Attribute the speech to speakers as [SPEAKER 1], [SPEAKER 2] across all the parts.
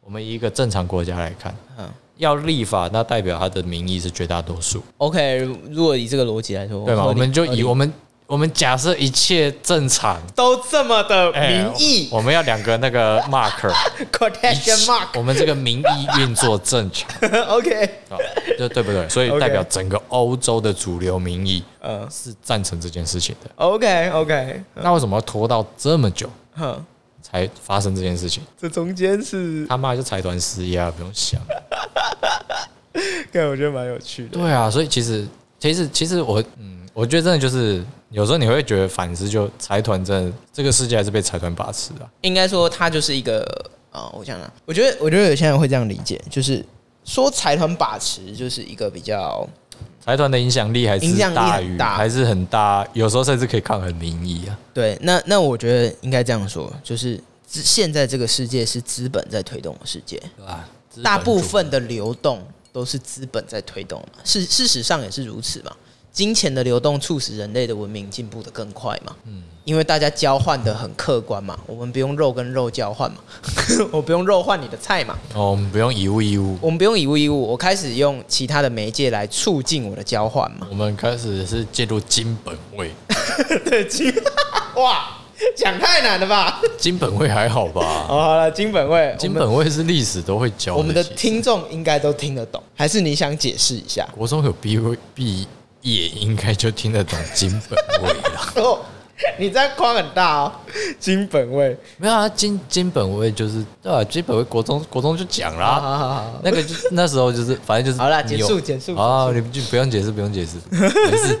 [SPEAKER 1] 我们以一个正常国家来看，
[SPEAKER 2] 嗯
[SPEAKER 1] 要立法，那代表它的民意是绝大多数，
[SPEAKER 2] ，OK，如果以这个逻辑来说，
[SPEAKER 1] 对吗？
[SPEAKER 2] 合
[SPEAKER 1] 我
[SPEAKER 2] 理
[SPEAKER 1] 们就以
[SPEAKER 2] 合理
[SPEAKER 1] 我们我们假设一切正常，
[SPEAKER 2] 都这么的
[SPEAKER 1] 哎哦
[SPEAKER 2] 民意、
[SPEAKER 1] 我们要 两个那个 marker，
[SPEAKER 2] quotation
[SPEAKER 1] 我们这个民意运作正 常，
[SPEAKER 2] mark，OK，
[SPEAKER 1] 啊这对不对？所以
[SPEAKER 2] OK
[SPEAKER 1] 代表整个欧洲的主流民意
[SPEAKER 2] 嗯
[SPEAKER 1] 是赞成这件事情的。
[SPEAKER 2] ，OK OK，
[SPEAKER 1] 那为什么要拖到这么久
[SPEAKER 2] 哼，
[SPEAKER 1] 才发生这件事情？
[SPEAKER 2] 这中间是，
[SPEAKER 1] 他妈就财团施压，不用想。
[SPEAKER 2] 看我觉得蛮有趣的，
[SPEAKER 1] 对啊，所以其实其实其实我嗯，我觉得真的就是有时候你会觉得反思，就财团真的这个世界还是被财团把持啊。
[SPEAKER 2] 应该说它就是一个啊、呃我想想，我觉得我觉得有些人会这样理解，就是说财团把持就是一个比较
[SPEAKER 1] 财团的影响力还
[SPEAKER 2] 影
[SPEAKER 1] 是
[SPEAKER 2] 响力
[SPEAKER 1] 大
[SPEAKER 2] 很
[SPEAKER 1] 于
[SPEAKER 2] 大
[SPEAKER 1] 还是很大，有时候甚至可以抗衡民意啊。
[SPEAKER 2] 对，那那我觉得应该这样说，就是资现在这个世界是资本在推动的世界，
[SPEAKER 1] 对吧？资本主义
[SPEAKER 2] 大部分的流动都是资本在推动嘛，事事实上也是如此嘛。金钱的流动促使人类的文明进步的更快嘛，嗯，因为大家交换的很客观嘛，我们不用肉跟肉交换嘛， 我不用肉换你的菜嘛，
[SPEAKER 1] 哦，我们不用以物易物，
[SPEAKER 2] 我们不用以物易物，我开始用其他的媒介来促进我的交换嘛。
[SPEAKER 1] 我们开始是介入金本位，
[SPEAKER 2] 对，金 哇，讲太难了吧？
[SPEAKER 1] 金本位还好吧？
[SPEAKER 2] 哦，好了，金本位，
[SPEAKER 1] 金本位是历史都会教
[SPEAKER 2] 我们的
[SPEAKER 1] 其实
[SPEAKER 2] 听众应该都听得懂，还是你想解释一下？
[SPEAKER 1] 国中有毕会毕业应该就听得懂金本位了。
[SPEAKER 2] 哦，你这样框很大哦，金本位。
[SPEAKER 1] 没有啊，金金本位就是对啊，金本位国中国中就讲
[SPEAKER 2] 好
[SPEAKER 1] 啦。
[SPEAKER 2] 好好好，
[SPEAKER 1] 那个就那时候就是 反正就是
[SPEAKER 2] 好啦
[SPEAKER 1] 你
[SPEAKER 2] 结
[SPEAKER 1] 有
[SPEAKER 2] 束结束
[SPEAKER 1] 啊，你就不用解释不用解释， 没事。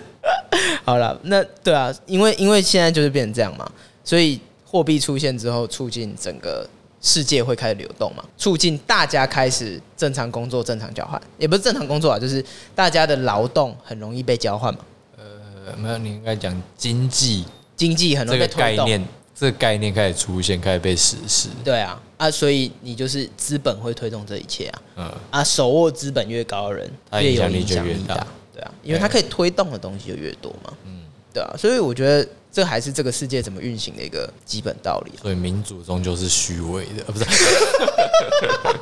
[SPEAKER 2] 好了，那对啊，因为因为现在就是变成这样嘛，所以货币出现之后，促进整个世界会开始流动嘛，促进大家开始正常工作、正常交换，也不是正常工作啊，就是大家的劳动很容易被交换嘛，
[SPEAKER 1] 呃，没有，你应该讲经济
[SPEAKER 2] 经济很容
[SPEAKER 1] 这
[SPEAKER 2] 易被
[SPEAKER 1] 个
[SPEAKER 2] 推
[SPEAKER 1] 概
[SPEAKER 2] 动。
[SPEAKER 1] 念，这个概念开始出现，开始被实施。
[SPEAKER 2] 对啊，啊，所以你就是资本会推动这一切啊。
[SPEAKER 1] 嗯，
[SPEAKER 2] 啊，手握资本越高的人，
[SPEAKER 1] 他
[SPEAKER 2] 越
[SPEAKER 1] 影
[SPEAKER 2] 有
[SPEAKER 1] 响力
[SPEAKER 2] 影
[SPEAKER 1] 就
[SPEAKER 2] 响
[SPEAKER 1] 越
[SPEAKER 2] 力
[SPEAKER 1] 大哎
[SPEAKER 2] 大，对啊，因为他可以推动的东西就越多嘛，嗯，对啊，所以我觉得这还是这个世界怎么运行的一个基本道理啊，
[SPEAKER 1] 所以民主终究是虚伪的，呃不是？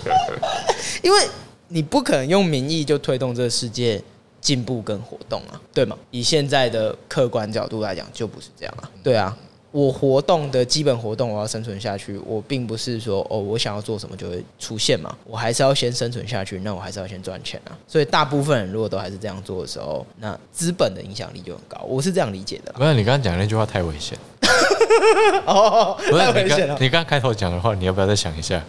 [SPEAKER 2] 因为你不可能用民意就推动这个世界进步跟活动啊，对吗？以现在的客观角度来讲，就不是这样啊，对啊。我活动的基本活动，我要生存下去，我并不是说哦，我想要做什么就会出现嘛，我还是要先生存下去，那我还是要先赚钱啊。所以大部分人如果都还是这样做的时候，那资本的影响力就很高，我是这样理解的啦。
[SPEAKER 1] 没有，你刚刚讲那句话太危险，
[SPEAKER 2] 哦，
[SPEAKER 1] 不是
[SPEAKER 2] 太危
[SPEAKER 1] 你
[SPEAKER 2] 险了
[SPEAKER 1] 刚。你刚开头讲的话，你要不要再想一下？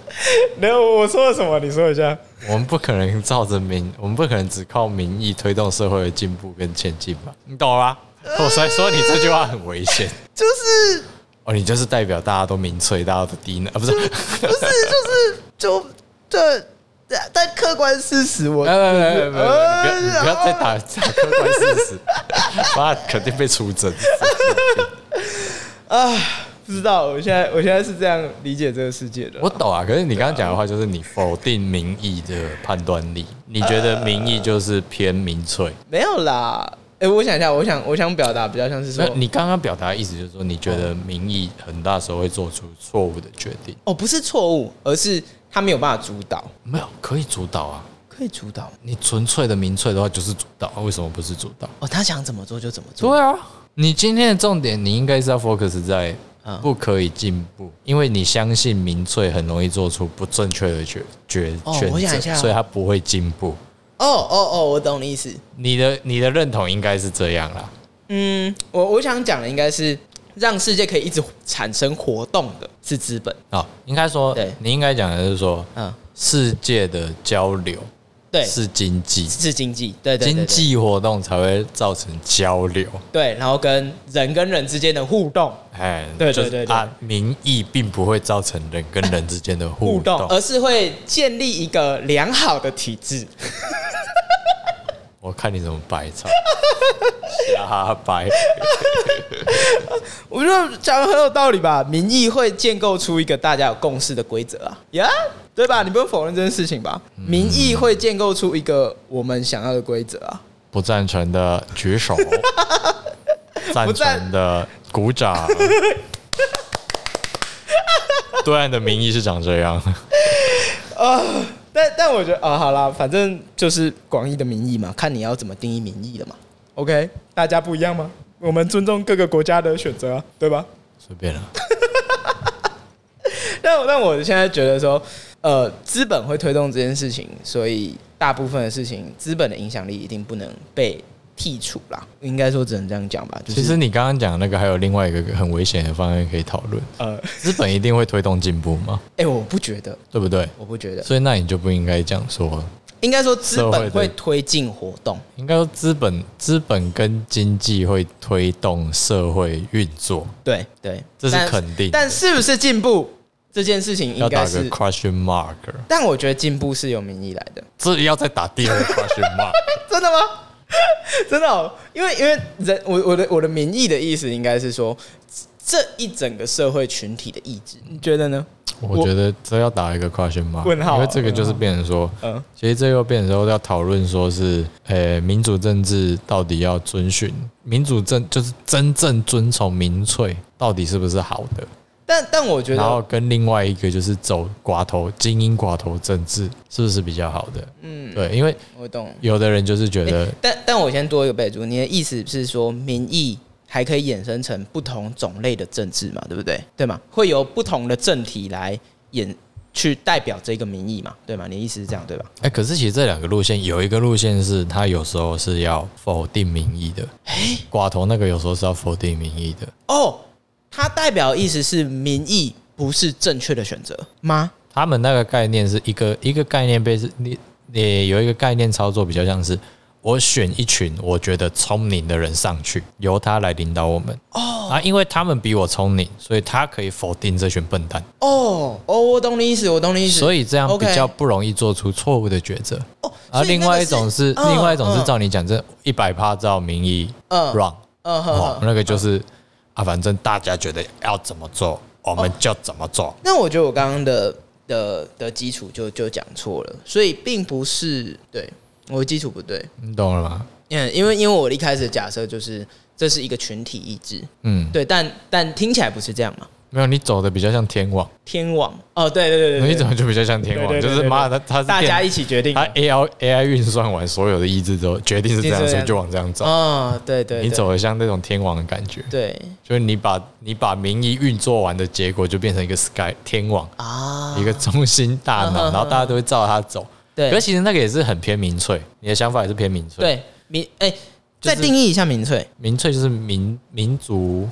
[SPEAKER 2] 没有，我说了什么？你说一下。
[SPEAKER 1] 我们不可能照着民，我们不可能只靠民意推动社会的进步跟前进吧？你懂吗？我所以说你这句话很危险
[SPEAKER 2] 就是
[SPEAKER 1] 哦，你就是代表大家都民粹，大家都低能啊，不是？
[SPEAKER 2] 不是，就是就这，但客观事实我
[SPEAKER 1] 没有没有没有没有，你不要你不要再 打打客观事实， 妈肯定被出征。
[SPEAKER 2] 啊，不知道，我现在我现在是这样理解这个世界的。
[SPEAKER 1] 我懂啊，可是你刚刚讲的话就是你否定民意的判断力，你觉得民意就是偏民粹？
[SPEAKER 2] 没有啦，哎、我想一下，我想我想表达比较像是
[SPEAKER 1] 那
[SPEAKER 2] 说，
[SPEAKER 1] 你刚刚表达的意思就是说，你觉得民意很大时候会做出错误的决定？
[SPEAKER 2] 哦，不是错误，而是他没有办法主导，
[SPEAKER 1] 没有，可以主导啊。
[SPEAKER 2] 可以主导
[SPEAKER 1] 你纯粹的民粹的话就是主导，啊为什么不是主导？
[SPEAKER 2] 哦，他想怎么做就怎么做。
[SPEAKER 1] 对啊，你今天的重点你应该是要 focus 在
[SPEAKER 2] 嗯
[SPEAKER 1] 不可以进步，因为你相信民粹很容易做出不正确的决决
[SPEAKER 2] 哦
[SPEAKER 1] 选
[SPEAKER 2] 我想一
[SPEAKER 1] 择，
[SPEAKER 2] 下
[SPEAKER 1] 所以他不会进步。
[SPEAKER 2] 哦哦哦，我懂你意思。
[SPEAKER 1] 你的你的认同应该是这样啦，
[SPEAKER 2] 嗯，我我想讲的应该是让世界可以一直产生活动的是资本。
[SPEAKER 1] 啊、应该说
[SPEAKER 2] 对，
[SPEAKER 1] 你应该讲的是说，
[SPEAKER 2] 嗯，
[SPEAKER 1] 世界的交流
[SPEAKER 2] 对，
[SPEAKER 1] 是经济，
[SPEAKER 2] 是经济，对对对
[SPEAKER 1] 经
[SPEAKER 2] 对
[SPEAKER 1] 济活动才会造成交流。
[SPEAKER 2] 对，然后跟人跟人之间的互动
[SPEAKER 1] 哎，
[SPEAKER 2] 对对
[SPEAKER 1] 就是
[SPEAKER 2] 对对
[SPEAKER 1] 啊，民意并不会造成人跟人之间的
[SPEAKER 2] 互
[SPEAKER 1] 互
[SPEAKER 2] 动，
[SPEAKER 1] 动。
[SPEAKER 2] 呃而是会建立一个良好的体制。
[SPEAKER 1] 我看你怎么掰操，瞎掰。
[SPEAKER 2] 我觉得讲的很有道理吧，民意会建构出一个大家有共识的规则啊，呀、对吧？你不用否认这件事情吧？民意会建构出一个我们想要的规则啊，
[SPEAKER 1] 不赞成的举 手，赞成的鼓掌。 对岸的民意是长这样，
[SPEAKER 2] 啊、但但我觉得啊，好啦，反正就是广义的民意嘛，看你要怎么定义民意了嘛。OK，大家不一样吗？我们尊重各个国家的选择、啊，对吧？
[SPEAKER 1] 随便了。
[SPEAKER 2] 但但我现在觉得说，呃，资本会推动这件事情，所以大部分的事情，资本的影响力一定不能被剔除啦。应该说只能这样讲吧。就是、
[SPEAKER 1] 其实你刚刚讲的那个还有另外一个很危险的方案可以讨论，
[SPEAKER 2] 呃，哎、
[SPEAKER 1] 资本一定会推动进步嘛，
[SPEAKER 2] 我不觉得，
[SPEAKER 1] 对不对？
[SPEAKER 2] 我不觉得，
[SPEAKER 1] 所以那你就不应该讲说，
[SPEAKER 2] 应该说资
[SPEAKER 1] 社
[SPEAKER 2] 本
[SPEAKER 1] 会的
[SPEAKER 2] 会推进活动，
[SPEAKER 1] 应该说资本资本跟经济会推动社会运作，
[SPEAKER 2] 对对，
[SPEAKER 1] 这是
[SPEAKER 2] 但
[SPEAKER 1] 肯定的
[SPEAKER 2] 但是不是进步这件事情，应
[SPEAKER 1] 要
[SPEAKER 2] 该
[SPEAKER 1] 打个
[SPEAKER 2] 是，
[SPEAKER 1] question mark，
[SPEAKER 2] 但我觉得进步是由民意来的。
[SPEAKER 1] 这要再打 第二个 question mark，
[SPEAKER 2] 真的吗？ 真的、哦，因为因为人，我我的我的民意的意思应该是说，这一整个社会群体的意志，你觉得呢？
[SPEAKER 1] 我觉得这要打一个 question mark，
[SPEAKER 2] 问号
[SPEAKER 1] 因为这个就是变成说，
[SPEAKER 2] 嗯，
[SPEAKER 1] 其实这又变成说要讨论说是，呃、民主政治到底要遵循民主政，就是真正遵从民粹，到底是不是好的？
[SPEAKER 2] 但但我觉
[SPEAKER 1] 然后
[SPEAKER 2] 得，
[SPEAKER 1] 跟另外一个就是走寡头精英寡头政治，是不是比较好的？嗯，对，因为
[SPEAKER 2] 我懂。
[SPEAKER 1] 有的人就是觉得，
[SPEAKER 2] 但但我先多一个备注，你的意思是说，民意还可以衍生成不同种类的政治嘛，对不对？对吗？会由不同的政体来演去代表这个民意嘛，对吗？你的意思是这样对吧？
[SPEAKER 1] 哎、可是其实这两个路线，有一个路线是它有时候是要否定民意的，寡头那个有时候是要否定民意的，
[SPEAKER 2] 哦，它代表的意思是民意不是正确的选择吗？
[SPEAKER 1] 他们那个概念是一个一个概念被是你你有一个概念操作比较像是我选一群我觉得聪明的人上去，由他来领导我们哦啊，因为他们比我聪明，所以他可以否定这群笨蛋，
[SPEAKER 2] 哦哦，我懂你意思，我懂你意思。
[SPEAKER 1] 所以这样
[SPEAKER 2] OK
[SPEAKER 1] 比较不容易做出错误的抉择。
[SPEAKER 2] 哦，
[SPEAKER 1] 而啊
[SPEAKER 2] 所以
[SPEAKER 1] 另
[SPEAKER 2] 那个
[SPEAKER 1] 外一种是
[SPEAKER 2] 嗯
[SPEAKER 1] 另外一种是
[SPEAKER 2] 嗯
[SPEAKER 1] 照你讲这一百趴照民意
[SPEAKER 2] 嗯
[SPEAKER 1] wrong
[SPEAKER 2] 嗯哼
[SPEAKER 1] 哦，
[SPEAKER 2] 哼。
[SPEAKER 1] 那个就是啊，反正大家觉得要怎么做，
[SPEAKER 2] 哦
[SPEAKER 1] 我们就怎么做。
[SPEAKER 2] 那我觉得我刚刚的的的基础就就讲错了，所以并不是对我的基础不对，
[SPEAKER 1] 你懂了吗？
[SPEAKER 2] 嗯，因为因为我一开始的假设就是这是一个群体意志，
[SPEAKER 1] 嗯，
[SPEAKER 2] 对，但但听起来不是这样嘛？
[SPEAKER 1] 没有，你走的比较像天网。
[SPEAKER 2] 天网哦，对对对对
[SPEAKER 1] 你
[SPEAKER 2] 对
[SPEAKER 1] 怎么就比较像天
[SPEAKER 2] 对
[SPEAKER 1] 王？
[SPEAKER 2] 对
[SPEAKER 1] 就
[SPEAKER 2] 对
[SPEAKER 1] 是妈的，他
[SPEAKER 2] 大家
[SPEAKER 1] 一
[SPEAKER 2] 一起决定的
[SPEAKER 1] 他 A L A I 运算完所有的意志之后，决定是这样，
[SPEAKER 2] 就是
[SPEAKER 1] 所以就往这样走。
[SPEAKER 2] 哦，对对，
[SPEAKER 1] 你
[SPEAKER 2] 对
[SPEAKER 1] 走的像那种天王的感觉，
[SPEAKER 2] 对
[SPEAKER 1] 就是你把你把民意运作完的结果，就变成一个 sky 天王，
[SPEAKER 2] 啊，
[SPEAKER 1] 一个中心大脑，
[SPEAKER 2] 嗯嗯嗯
[SPEAKER 1] 然后大家都会照他走。可是
[SPEAKER 2] 对
[SPEAKER 1] 其实那个也是很偏民粹，你的想法也是偏民粹。，
[SPEAKER 2] 对民哎，
[SPEAKER 1] 就
[SPEAKER 2] 再
[SPEAKER 1] 是
[SPEAKER 2] 定义一下民粹，
[SPEAKER 1] 民粹就是民民族，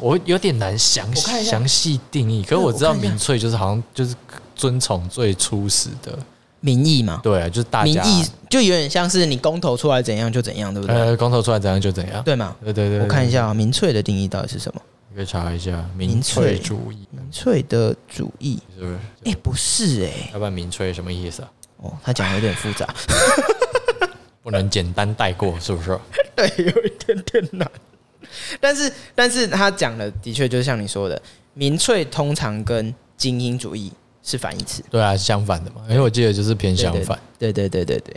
[SPEAKER 1] 我有点难详
[SPEAKER 2] 我看一下
[SPEAKER 1] 详细定义。可是我知道
[SPEAKER 2] 我看一下
[SPEAKER 1] 民粹就是好像就是遵从最初始的，
[SPEAKER 2] 民意嘛，
[SPEAKER 1] 对啊，就是大
[SPEAKER 2] 民
[SPEAKER 1] 家
[SPEAKER 2] 意就有点像是你公投出来怎样就怎样，对不对？
[SPEAKER 1] 呃，公投出来怎样就怎样。
[SPEAKER 2] 对嘛？
[SPEAKER 1] 对对对，
[SPEAKER 2] 我看一
[SPEAKER 1] 下，
[SPEAKER 2] 下、啊、民粹的定义到底是什么？
[SPEAKER 1] 你可以查一下民
[SPEAKER 2] 民粹
[SPEAKER 1] 粹主义
[SPEAKER 2] 民粹的主义？
[SPEAKER 1] 是不是？
[SPEAKER 2] 哎、不是哎、
[SPEAKER 1] 要不然民粹什么意思啊？
[SPEAKER 2] 哦，他讲的有点复杂，
[SPEAKER 1] 不能简单带过，是不是？
[SPEAKER 2] 对，有一点点难。但是，但是他讲的的确就是像你说的，民粹通常跟精英主义是反义词，
[SPEAKER 1] 对啊，相反的嘛，因为我记得就是偏
[SPEAKER 2] 对
[SPEAKER 1] 相反，，
[SPEAKER 2] 对对对对对，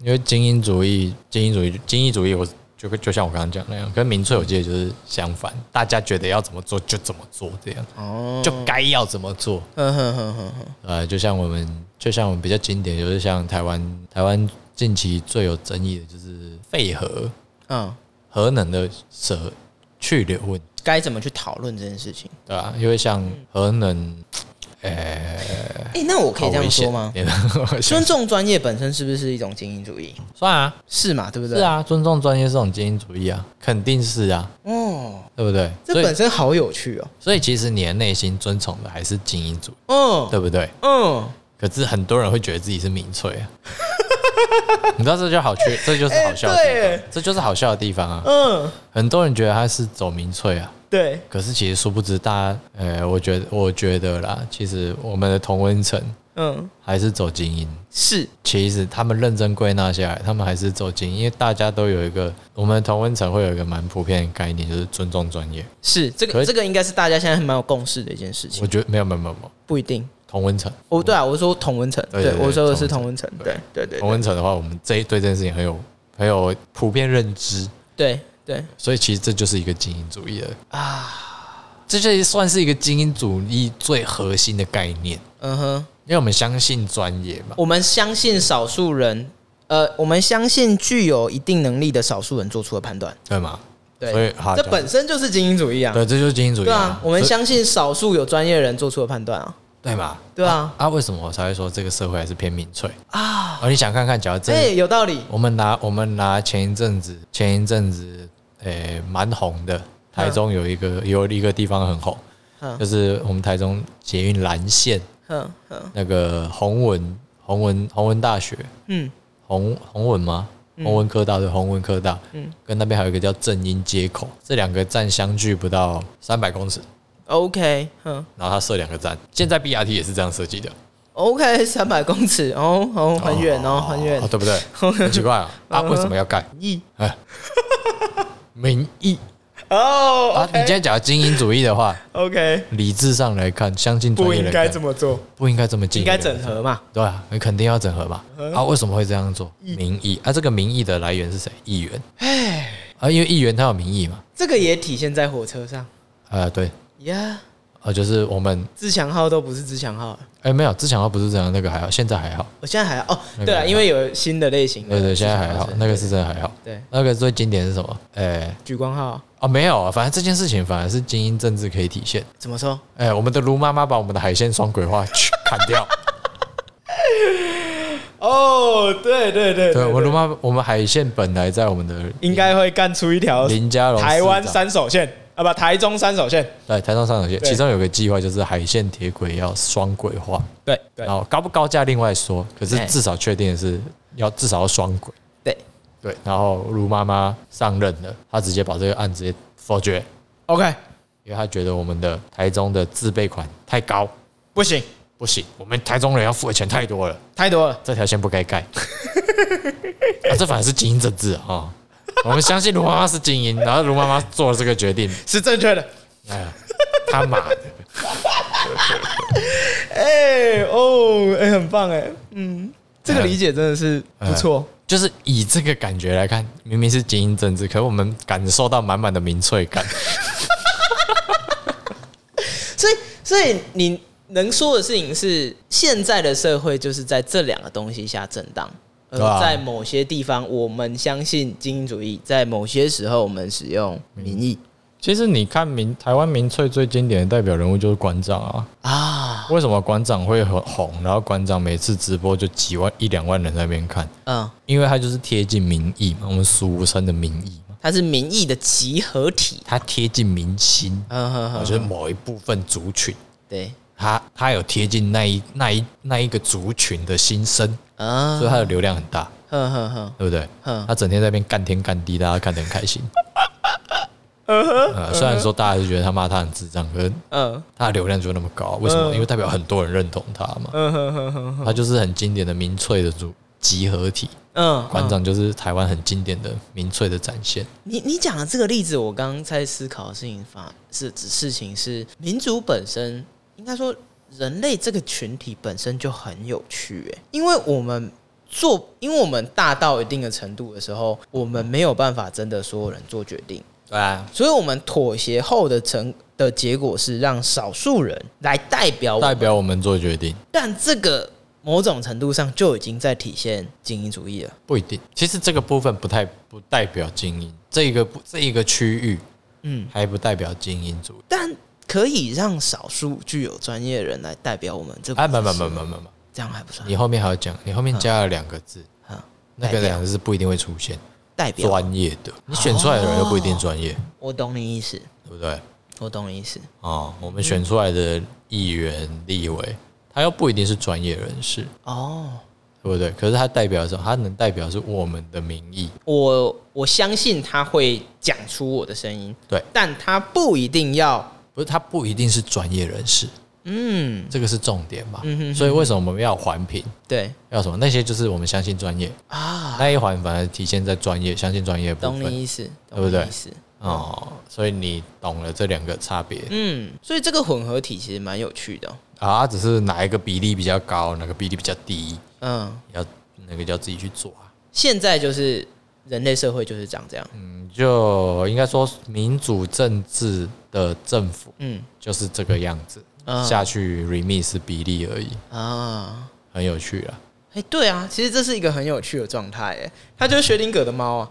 [SPEAKER 1] 因为精英主义、精英主义、精英主义，我就就像我刚刚讲那样，跟民粹我记得就是相反，大家觉得要怎么做就怎么做，这样
[SPEAKER 2] 哦，
[SPEAKER 1] 就该要怎么做。
[SPEAKER 2] 哼嗯哼哼哼哼，
[SPEAKER 1] 呃，就像我们，就像我们比较经典，就是像台湾，台湾近期最有争议的就是废核
[SPEAKER 2] 嗯，
[SPEAKER 1] 核能的舍去留问题
[SPEAKER 2] 该怎么去讨论这件事情？
[SPEAKER 1] 对啊，因为像核能，
[SPEAKER 2] 哎、那我可以这样 说
[SPEAKER 1] 好
[SPEAKER 2] 吗？
[SPEAKER 1] 危险？我想
[SPEAKER 2] 尊重专业本身是不是一种精英主义？
[SPEAKER 1] 算啊，
[SPEAKER 2] 是嘛？对不
[SPEAKER 1] 是
[SPEAKER 2] 对？，
[SPEAKER 1] 啊，尊重专业是种精英主义啊，肯定是啊，
[SPEAKER 2] 哦，
[SPEAKER 1] 对不对？
[SPEAKER 2] 这
[SPEAKER 1] 所以
[SPEAKER 2] 本，身好有趣哦。
[SPEAKER 1] 所以其实你的内心尊崇的还是精英主义，
[SPEAKER 2] 嗯
[SPEAKER 1] 对不对？
[SPEAKER 2] 嗯，
[SPEAKER 1] 可是很多人会觉得自己是民粹 啊，你知道这就好缺，这就是好笑的
[SPEAKER 2] 哎
[SPEAKER 1] 地
[SPEAKER 2] 对
[SPEAKER 1] 方，啊这就是好笑的地方啊。
[SPEAKER 2] 嗯，
[SPEAKER 1] 很多人觉得他是走民粹啊，
[SPEAKER 2] 对，
[SPEAKER 1] 可是其实殊不知，大家，呃，我觉得，我觉得啦，其实我们的同温层
[SPEAKER 2] 嗯，
[SPEAKER 1] 还是走精英。
[SPEAKER 2] 是
[SPEAKER 1] 其实他们认真归纳下来，他们还是走精英，因为大家都有一个，我们的同温层会有一个蛮普遍的概念，就是尊重专业。
[SPEAKER 2] 是，这
[SPEAKER 1] 可
[SPEAKER 2] 个
[SPEAKER 1] 是
[SPEAKER 2] 这个应该是大家现在蛮有共识的一件事
[SPEAKER 1] 我
[SPEAKER 2] 情，
[SPEAKER 1] 觉得没有没有没有没有
[SPEAKER 2] 不一定。
[SPEAKER 1] 同温层，
[SPEAKER 2] 哦，对啊，我说同文层，
[SPEAKER 1] 对
[SPEAKER 2] 对
[SPEAKER 1] 对对
[SPEAKER 2] 我说的是
[SPEAKER 1] 同
[SPEAKER 2] 同文层，对
[SPEAKER 1] 对
[SPEAKER 2] 对对
[SPEAKER 1] 同温层的话，我们这一对这件事情很有很有普遍认知，
[SPEAKER 2] 对对
[SPEAKER 1] 所以其实这就是一个精英主义的，
[SPEAKER 2] 啊，
[SPEAKER 1] 这就是算是一个精英主义最核心的概念。
[SPEAKER 2] 嗯哼，
[SPEAKER 1] 因为我们相信专业嘛。
[SPEAKER 2] 我们相信少数人，呃，我们相信具有一定能力的少数人做出的判断。
[SPEAKER 1] 对吗？
[SPEAKER 2] 对，
[SPEAKER 1] 所以好
[SPEAKER 2] 这本身就是精英主义啊。
[SPEAKER 1] 对，这就是精英主义
[SPEAKER 2] 对啊，我们
[SPEAKER 1] 所以
[SPEAKER 2] 相信少数有专业人做出的判断啊。
[SPEAKER 1] 对嘛？
[SPEAKER 2] 对啊，
[SPEAKER 1] 啊，为什么我才会说这个社会还是偏民粹？哦
[SPEAKER 2] 啊，哎
[SPEAKER 1] 而你想看看，假如这、
[SPEAKER 2] 对，有道理。
[SPEAKER 1] 我们拿我们拿前一阵子前一阵子诶蛮、红的，台中有一个、有一个地方很红，
[SPEAKER 2] 嗯
[SPEAKER 1] 就是我们台中捷运蓝线
[SPEAKER 2] 嗯嗯
[SPEAKER 1] 那个宏文宏文宏文大学
[SPEAKER 2] 嗯，
[SPEAKER 1] 宏宏文吗？宏文科大对宏文科大，
[SPEAKER 2] 嗯
[SPEAKER 1] 嗯，跟那边还有一个叫正音街口，这两个站相距不到三百公尺，
[SPEAKER 2] OK，嗯
[SPEAKER 1] 然后它设两个站。现在 BRT 也是这样设计的，
[SPEAKER 2] ，OK，三百公尺，哦哦，很远哦，很远。
[SPEAKER 1] 对不 对？很奇怪啊，啊，为什么要盖？
[SPEAKER 2] 一
[SPEAKER 1] 民意啊，
[SPEAKER 2] 哦
[SPEAKER 1] 你今天讲精英主义的话，
[SPEAKER 2] ，OK，
[SPEAKER 1] 理智上来看，相信专业人看
[SPEAKER 2] 么做，
[SPEAKER 1] 不应该这么近，
[SPEAKER 2] 应该整合嘛。
[SPEAKER 1] 对啊，你肯定要整合嘛。
[SPEAKER 2] 嗯
[SPEAKER 1] 啊，为什么会这样做？民意啊，这个民意的来源是谁？议员。啊，因为议员他有民意嘛。
[SPEAKER 2] 这个也体现在火车上
[SPEAKER 1] 呃，对，
[SPEAKER 2] 呀。
[SPEAKER 1] 啊，就是我们
[SPEAKER 2] 自强号都不是自强号了，
[SPEAKER 1] 哎，没有，之前好像不是这样，那个还好，现在还好。
[SPEAKER 2] 我现在还哦，
[SPEAKER 1] 那个
[SPEAKER 2] 对
[SPEAKER 1] 还
[SPEAKER 2] 了，
[SPEAKER 1] 好
[SPEAKER 2] 因为有新的类型的
[SPEAKER 1] 对对，
[SPEAKER 2] 自
[SPEAKER 1] 现在
[SPEAKER 2] 强号
[SPEAKER 1] 还好
[SPEAKER 2] 车，
[SPEAKER 1] 那个是真的还好。
[SPEAKER 2] 对
[SPEAKER 1] 那个最经典是什么？哎，
[SPEAKER 2] 举光号
[SPEAKER 1] 哦，没有啊，反正这件事情反而是精英政治可以体现。
[SPEAKER 2] 怎么说？
[SPEAKER 1] 哎、我们的卢妈妈把我们的海鲜双轨化去砍掉。
[SPEAKER 2] 哦，对对对
[SPEAKER 1] 对，我们卢妈，我们海鲜本来在我们的
[SPEAKER 2] 应该会干出一条
[SPEAKER 1] 林家龙市长
[SPEAKER 2] 台湾三手线啊，不，台中三手线。
[SPEAKER 1] 对台中上有线，
[SPEAKER 2] 对
[SPEAKER 1] 其中有个计划就是海线铁轨要双轨化，
[SPEAKER 2] 对对
[SPEAKER 1] 然后高不高价另外说，可是
[SPEAKER 2] 哎
[SPEAKER 1] 至少确定的是要至少要双轨。
[SPEAKER 2] 对
[SPEAKER 1] 对，然后卢妈妈上任了，她直接把这个案直接否决，
[SPEAKER 2] ，OK，
[SPEAKER 1] 因为她觉得我们的台中的自备款太高，
[SPEAKER 2] 不行，
[SPEAKER 1] 不行，我们台中人要付的钱太多了。
[SPEAKER 2] 太多了。
[SPEAKER 1] 这条线不该 盖。啊，这反而是精英政治啊、哦我们相信卢妈妈是精英，然后卢妈妈做了这个决定，
[SPEAKER 2] 是正确的，
[SPEAKER 1] 哎呀，他妈的！
[SPEAKER 2] 哎、哦，哎、很棒哎，嗯，这
[SPEAKER 1] 哎
[SPEAKER 2] 个理解真的是不错，
[SPEAKER 1] 就是以这个感觉来看，明明是精英政治，可我们感受到满满的民粹感。
[SPEAKER 2] 所以所以你能说的事情是，现在的社会就是在这两个东西下震荡，而
[SPEAKER 1] 对啊
[SPEAKER 2] 在某些地方我们相信精英主义，在某些时候我们使用民意
[SPEAKER 1] 其实你看民台湾民粹最经典的代表人物就是馆长啊，
[SPEAKER 2] 啊，
[SPEAKER 1] 为什么馆长会很红？然后馆长每次直播就几万一两万人在那边看，
[SPEAKER 2] 嗯，
[SPEAKER 1] 因为他就是贴近民意嘛，我们俗称的民意嘛，
[SPEAKER 2] 它是民意的集合体，
[SPEAKER 1] 他贴近民心，
[SPEAKER 2] 嗯哼
[SPEAKER 1] 我
[SPEAKER 2] 哼，
[SPEAKER 1] 觉得某一部分族群。
[SPEAKER 2] 对，
[SPEAKER 1] 他他有贴近那一那一那一个族群的心声，
[SPEAKER 2] 啊
[SPEAKER 1] 所以，他的流量很大，
[SPEAKER 2] 哼哼哼。
[SPEAKER 1] 对不对？
[SPEAKER 2] 嗯
[SPEAKER 1] 他整天在那边干天干地，大家看得很开心。呃，虽然说大家就觉得他骂他很智障，可是
[SPEAKER 2] 嗯
[SPEAKER 1] 他的流量就那么高，为什么？因为代表很多人认同他嘛。
[SPEAKER 2] 嗯哼哼哼哼，
[SPEAKER 1] 他就是很经典的民粹的组集合体，
[SPEAKER 2] 嗯，
[SPEAKER 1] 馆长就是台湾很经典的民粹的展现。
[SPEAKER 2] 你你讲的这个例子，我刚刚在思考的事情发是指事情是民族本身，应该说人类这个群体本身就很有趣诶，因为我们做，因为我们大到一定的程度的时候，我们没有办法真的所有人做决定，
[SPEAKER 1] 对啊，
[SPEAKER 2] 所以我们妥协后的成的结果是让少数人来代表我们
[SPEAKER 1] 代表我们做决定
[SPEAKER 2] 但这个某种程度上就已经在体现精英主义了。
[SPEAKER 1] 不一定。其实这个部分不太不代表精英，这一个部这一个区域
[SPEAKER 2] 嗯，
[SPEAKER 1] 还不代表精英主义。
[SPEAKER 2] 但可以让少数具有专业人来代表我们，这不
[SPEAKER 1] 啊，
[SPEAKER 2] 是
[SPEAKER 1] 不不不不不不，
[SPEAKER 2] 这样还不算
[SPEAKER 1] 你后面还要讲，你后面加了两个字，
[SPEAKER 2] 啊？
[SPEAKER 1] 那个两个字不一定会出现
[SPEAKER 2] 代表，
[SPEAKER 1] 专业的，你选出来的人又不一定专业，
[SPEAKER 2] 我懂你意思，
[SPEAKER 1] 对不对？
[SPEAKER 2] 我懂你意思。
[SPEAKER 1] 哦，我们选出来的议员、立委，他又不一定是专业人士，
[SPEAKER 2] 哦，
[SPEAKER 1] 对不对？可是他代表什么？他能代表是我们的民意，
[SPEAKER 2] 我我相信他会讲出我的声音，
[SPEAKER 1] 对，
[SPEAKER 2] 但他不一定要，
[SPEAKER 1] 不是他不一定是专业人士，
[SPEAKER 2] 嗯，
[SPEAKER 1] 这个是重点嘛
[SPEAKER 2] 嗯哼哼。
[SPEAKER 1] 所以为什么我们要环评？
[SPEAKER 2] 对
[SPEAKER 1] 要什么？那些就是我们相信专业，
[SPEAKER 2] 啊，
[SPEAKER 1] 那一环反而体现在专业，相信专业的部
[SPEAKER 2] 懂
[SPEAKER 1] 分
[SPEAKER 2] 你意思，
[SPEAKER 1] 对不对
[SPEAKER 2] 懂你意思，
[SPEAKER 1] 哦。所以你懂了这两个差别，
[SPEAKER 2] 嗯，所以这个混合体其实蛮有趣的哦，
[SPEAKER 1] 啊，只是哪一个比例比较高，哪个比例比较低，
[SPEAKER 2] 嗯，
[SPEAKER 1] 要那个就要自己去做啊。
[SPEAKER 2] 现在就是人类社会就是长这样，
[SPEAKER 1] 嗯，就应该说民主政治的政府
[SPEAKER 2] 嗯
[SPEAKER 1] 就是这个样子，
[SPEAKER 2] 嗯
[SPEAKER 1] 下去 remix 比例而已，
[SPEAKER 2] 啊，
[SPEAKER 1] 很有趣啊。
[SPEAKER 2] 哎、对啊，其实这是一个很有趣的状态，哎，它就是薛定谔的猫啊，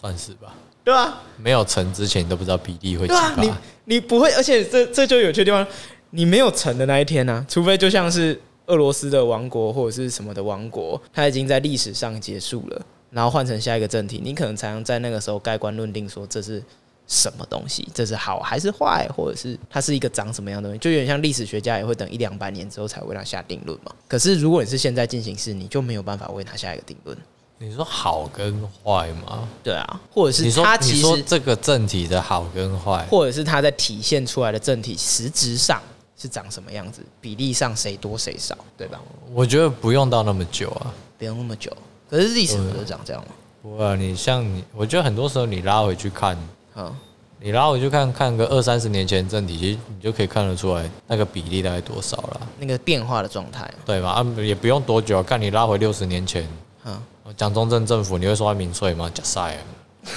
[SPEAKER 1] 算是吧。
[SPEAKER 2] 对啊，
[SPEAKER 1] 没有成之前，你都不知道比例会几
[SPEAKER 2] 对啊，你
[SPEAKER 1] 吧？
[SPEAKER 2] 你不会，而且这这就有趣的地方，你没有成的那一天呢、啊，除非就像是俄罗斯的王国或者是什么的王国，它已经在历史上结束了，然后换成下一个政体，你可能才能在那个时候盖棺论定说这是。什么东西？这是好还是坏，或者是它是一个长什么样的东西？就有点像历史学家也会等一两百年之后才为它下定论嘛。可是如果你是现在进行式，你就没有办法为它下一个定论。
[SPEAKER 1] 你说好跟坏吗？
[SPEAKER 2] 对啊，或者
[SPEAKER 1] 你
[SPEAKER 2] 是
[SPEAKER 1] 说
[SPEAKER 2] 它
[SPEAKER 1] 你
[SPEAKER 2] 其
[SPEAKER 1] 说
[SPEAKER 2] 实
[SPEAKER 1] 这个政体的好跟坏，
[SPEAKER 2] 或者是它在体现出来的政体实质上是长什么样子，比例上谁多谁少，对吧？
[SPEAKER 1] 我觉得不用到那么久啊。
[SPEAKER 2] 不用那么久，可是历史不是长这样吗？
[SPEAKER 1] 不会啊，你像你，我觉得很多时候你拉回去看，
[SPEAKER 2] 啊，
[SPEAKER 1] 你拉回去看看个二三十年前的政体，其实你就可以看得出来那个比例大概多少了，
[SPEAKER 2] 那个变化的状态，
[SPEAKER 1] 对吧？啊，也不用多久啊，看你拉回六十年前，
[SPEAKER 2] 啊，
[SPEAKER 1] 蒋中正政府，你会说他民粹吗？假 赛，啊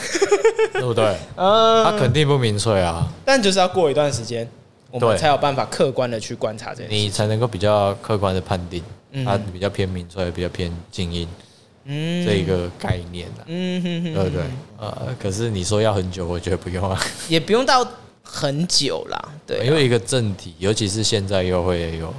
[SPEAKER 1] 对不对？
[SPEAKER 2] 呃，
[SPEAKER 1] 他肯定不民粹啊，
[SPEAKER 2] 但就是要过一段时间，我们
[SPEAKER 1] 对
[SPEAKER 2] 才有办法客观的去观察这件事。
[SPEAKER 1] 你才能够比较客观的判定，
[SPEAKER 2] 嗯
[SPEAKER 1] 他比较偏民粹，比较偏精英
[SPEAKER 2] 嗯
[SPEAKER 1] 这一，个概念啊，
[SPEAKER 2] 嗯哼哼，
[SPEAKER 1] 对不对？呃，可是你说要很久，我觉得不用啊，
[SPEAKER 2] 也不用到很久啦，对
[SPEAKER 1] 因
[SPEAKER 2] 啊，
[SPEAKER 1] 为一个政体，尤其是现在又会有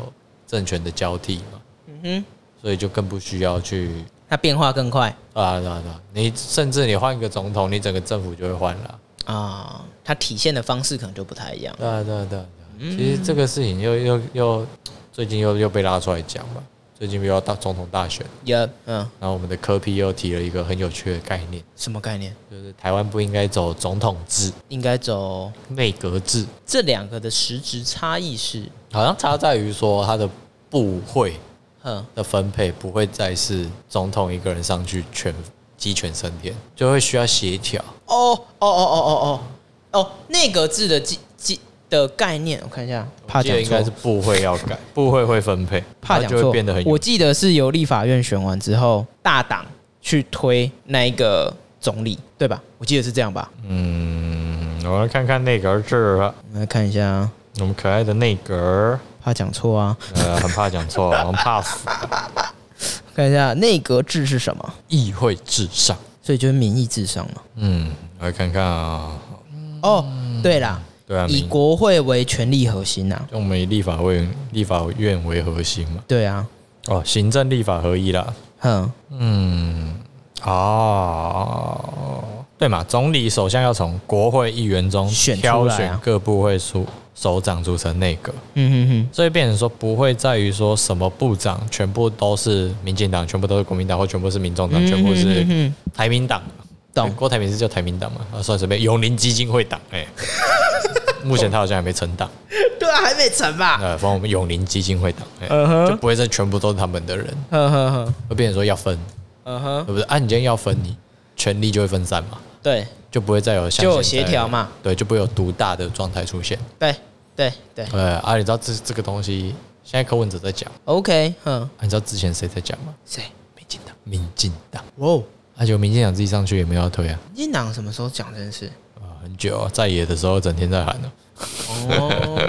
[SPEAKER 1] 政权的交替嘛，
[SPEAKER 2] 嗯哼，
[SPEAKER 1] 所以就更不需要去
[SPEAKER 2] 它变化更快
[SPEAKER 1] 啊，对啊对啊，你甚至你换一个总统，你整个政府就会换了，
[SPEAKER 2] 啊，它体现的方式可能就不太一样。
[SPEAKER 1] 对啊对啊对啊。对啊其实这个事情又又又最近又又被拉出来讲嘛，最近又要大总统大选，
[SPEAKER 2] 也，嗯，
[SPEAKER 1] 然后我们的科批又提了一个很有趣的概念。
[SPEAKER 2] 什么概念？
[SPEAKER 1] 就是台湾不应该走总统制、
[SPEAKER 2] 应该走
[SPEAKER 1] 内阁制，
[SPEAKER 2] 这两个的实质差异是，
[SPEAKER 1] 好像差在于说它的部会
[SPEAKER 2] 哼，
[SPEAKER 1] 的分配不会再是总统一个人上去全鸡犬升天，就会需要协调。
[SPEAKER 2] 哦哦哦哦哦哦哦，内阁制的基基的概念，我看一下，怕
[SPEAKER 1] 我记
[SPEAKER 2] 讲
[SPEAKER 1] 得应该是
[SPEAKER 2] 错，
[SPEAKER 1] 部会要 改，部会会分配，
[SPEAKER 2] 怕
[SPEAKER 1] 然
[SPEAKER 2] 讲
[SPEAKER 1] 后就会
[SPEAKER 2] 错
[SPEAKER 1] 变得很，有
[SPEAKER 2] 我记得是由立法院选完之后，大党去推那一个总理，对吧？我记得是这样吧？
[SPEAKER 1] 嗯，我们看看内阁制吧，
[SPEAKER 2] 我们来看一下啊，
[SPEAKER 1] 我们可爱的内阁，
[SPEAKER 2] 怕讲错啊，
[SPEAKER 1] 呃，很怕讲错， 我们怕死。
[SPEAKER 2] 看一下内阁制是什么，
[SPEAKER 1] 议会至上，
[SPEAKER 2] 所以就是民意至上嘛。
[SPEAKER 1] 嗯，来看看啊，
[SPEAKER 2] 哦，对啦，
[SPEAKER 1] 对啊，
[SPEAKER 2] 以
[SPEAKER 1] 民
[SPEAKER 2] 国会为权力核心呐、
[SPEAKER 1] 就我们以立法委员、立法院为核心嘛。
[SPEAKER 2] 对啊，
[SPEAKER 1] 哦，行政立法合一啦。
[SPEAKER 2] 哼，
[SPEAKER 1] 嗯，哦，对嘛，总理首相要从国会议员中
[SPEAKER 2] 选出来
[SPEAKER 1] 挑
[SPEAKER 2] 啊
[SPEAKER 1] 选各部会属首长组成内阁，
[SPEAKER 2] 嗯哼哼，
[SPEAKER 1] 所以变成说不会在于说什么部长全部都是民进党，全部都是国民党，或全部是民众党，全部
[SPEAKER 2] 嗯
[SPEAKER 1] 是
[SPEAKER 2] 哼哼
[SPEAKER 1] 台民党。
[SPEAKER 2] 懂
[SPEAKER 1] 郭台铭是叫台民党嘛？啊，算随便，永林基金会党。哎、 目前他好像还没成党。
[SPEAKER 2] 哼对啊，还没成吧？
[SPEAKER 1] 呃，反正我们永林基金会党，哎
[SPEAKER 2] 嗯哼
[SPEAKER 1] 就不会是全部都是他们的人，
[SPEAKER 2] 呵呵呵，
[SPEAKER 1] 会变成说要分，
[SPEAKER 2] 嗯哼，
[SPEAKER 1] 对不对？啊，你今天要分，你权力就会分散嘛，
[SPEAKER 2] 对
[SPEAKER 1] 就不会再有像
[SPEAKER 2] 就有
[SPEAKER 1] 现在
[SPEAKER 2] 协调嘛，
[SPEAKER 1] 对，就不会有独大的状态出现。
[SPEAKER 2] 对对对
[SPEAKER 1] 对啊，你知道这这个东西，现在柯文哲在讲，啊
[SPEAKER 2] ，OK，哼，
[SPEAKER 1] 你知道之前谁在讲吗？
[SPEAKER 2] 谁？
[SPEAKER 1] 民进党，民进党，
[SPEAKER 2] 哇哦，
[SPEAKER 1] 而且民进党自己上去也没有要推啊，
[SPEAKER 2] 民进党什么时候讲这件事？
[SPEAKER 1] 啊，很久啊，在野的时候整天在喊啊呢、
[SPEAKER 2] 哦，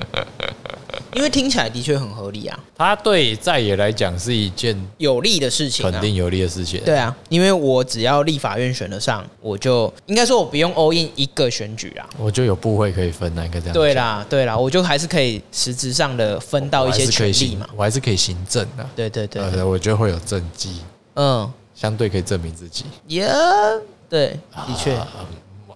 [SPEAKER 2] 因为听起来的确很合理啊，
[SPEAKER 1] 他对在野来讲是一件
[SPEAKER 2] 有利的事情、啊，
[SPEAKER 1] 肯定有利的事情，
[SPEAKER 2] 对啊，因为我只要立法院选得上，我就应该说我不用 all in 一个选举啦。
[SPEAKER 1] 我就有部会可以分啊，应该这样讲。
[SPEAKER 2] 对啦，对啦，我就还是可以实质上的分到一些权利嘛。
[SPEAKER 1] 我还是可以行我还是可以行政的、
[SPEAKER 2] 对对对，
[SPEAKER 1] 呃，我觉得会有政绩，
[SPEAKER 2] 嗯，
[SPEAKER 1] 相对可以证明自己。
[SPEAKER 2] 耶、对，的确。
[SPEAKER 1] 呃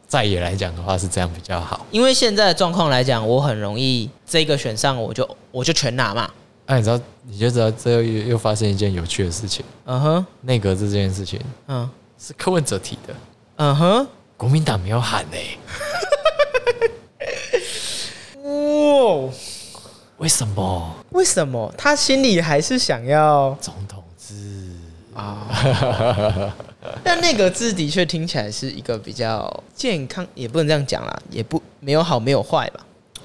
[SPEAKER 1] 在野来讲的话是这样比较好。
[SPEAKER 2] 因为现在的状况来讲，我很容易这个选上我就我就全拿嘛。
[SPEAKER 1] 那、啊你知道，你就知道这又又发生一件有趣的事情，
[SPEAKER 2] 嗯哼，
[SPEAKER 1] 内阁制这件事情
[SPEAKER 2] 嗯
[SPEAKER 1] 是柯文哲提的，
[SPEAKER 2] 嗯哼，
[SPEAKER 1] 国民党没有喊欸呢、
[SPEAKER 2] 哇，
[SPEAKER 1] 为什么？
[SPEAKER 2] 为什么他心里还是想要
[SPEAKER 1] 总统制
[SPEAKER 2] 啊？但那个字的确听起来是一个比较健康，也不能这样讲啦，也不没有好没有坏吧？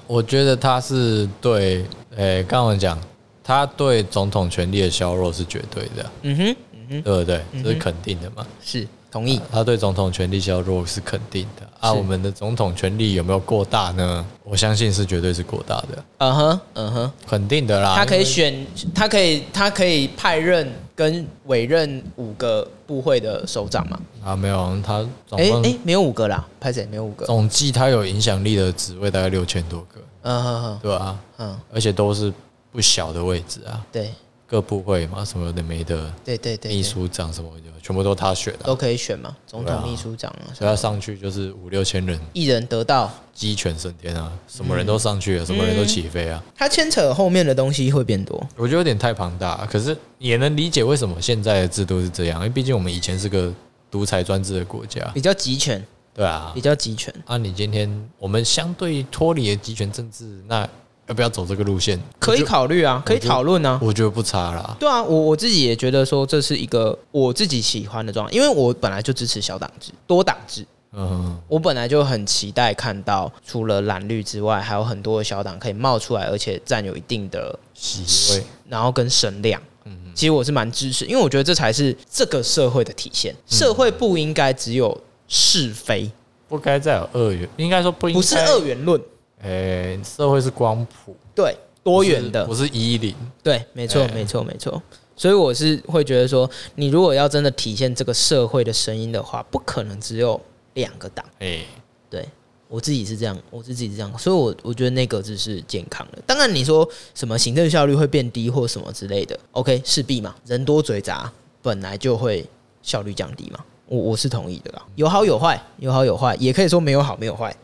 [SPEAKER 1] 我觉得他是对，诶、刚刚我讲，他对总统权力的削弱是绝对的，
[SPEAKER 2] 嗯哼，嗯哼，
[SPEAKER 1] 对不对？这是肯定的嘛。
[SPEAKER 2] 是同意。
[SPEAKER 1] 他对总统权力削弱是肯定的啊。
[SPEAKER 2] 是
[SPEAKER 1] 我们的总统权力有没有过大呢？我相信是绝对是过大的，
[SPEAKER 2] 嗯哼，嗯哼，
[SPEAKER 1] 肯定的啦。
[SPEAKER 2] 他可以
[SPEAKER 1] 因为
[SPEAKER 2] 选，他可以，他可以派任跟委任五个部会的首长嘛？
[SPEAKER 1] 啊，没有他总
[SPEAKER 2] 哎
[SPEAKER 1] 共、
[SPEAKER 2] 哎，没有五个啦，拍谁？没有五个。
[SPEAKER 1] 总计他有影响力的职位大概六千多个，
[SPEAKER 2] 嗯哼哼，
[SPEAKER 1] 对啊，
[SPEAKER 2] 嗯，
[SPEAKER 1] 而且都是不小的位置啊，
[SPEAKER 2] 对
[SPEAKER 1] 各部会嘛，什么有的没的，
[SPEAKER 2] 对对对，
[SPEAKER 1] 秘书长什么的，全部都他选的、
[SPEAKER 2] 都可以选嘛，总
[SPEAKER 1] 对啊
[SPEAKER 2] 统、秘书长啊，
[SPEAKER 1] 所以他上去就是五六千人，
[SPEAKER 2] 一人得到。
[SPEAKER 1] 鸡犬升天啊，什么人都上去了，什么人都起飞啊。
[SPEAKER 2] 它牵扯后面的东西会变多。
[SPEAKER 1] 我觉得有点太庞大，可是也能理解为什么现在的制度是这样，因为毕竟我们以前是个独裁专制的国家，
[SPEAKER 2] 比较集权，
[SPEAKER 1] 对啊
[SPEAKER 2] 比。较集权。
[SPEAKER 1] 啊，你今天我们相对脱离了集权政治，那要不要走这个路线？
[SPEAKER 2] 可以考虑啊，可以讨论啊。
[SPEAKER 1] 我觉得不差啦。
[SPEAKER 2] 对啊，我我自己也觉得说这是一个我自己喜欢的状态，因为我本来就支持小党制、多党制，
[SPEAKER 1] 嗯，
[SPEAKER 2] 我本来就很期待看到除了蓝绿之外，还有很多的小党可以冒出来，而且占有一定的，
[SPEAKER 1] 席位，
[SPEAKER 2] 然后跟声量。
[SPEAKER 1] 嗯，
[SPEAKER 2] 其实我是蛮支持，因为我觉得这才是这个社会的体现。
[SPEAKER 1] 嗯
[SPEAKER 2] 社会不应该只有是非，
[SPEAKER 1] 不该再有二元，应该说不应该
[SPEAKER 2] 不是二，元论，
[SPEAKER 1] 诶、社会是光谱，
[SPEAKER 2] 对，多元的
[SPEAKER 1] 不是一零，
[SPEAKER 2] 对，没错，
[SPEAKER 1] 哎
[SPEAKER 2] 没错，没错。所以我是会觉得说，你如果要真的体现这个社会的声音的话，不可能只有两个党。
[SPEAKER 1] 诶、
[SPEAKER 2] 对我自己是这样，我是自己是这样，所以我我觉得内阁制是健康的。当然，你说什么行政效率会变低或什么之类的，OK，势必嘛，人多嘴杂本来就会效率降低嘛。我我是同意的啦，有好有坏，有好有坏，也可以说没有好没有坏。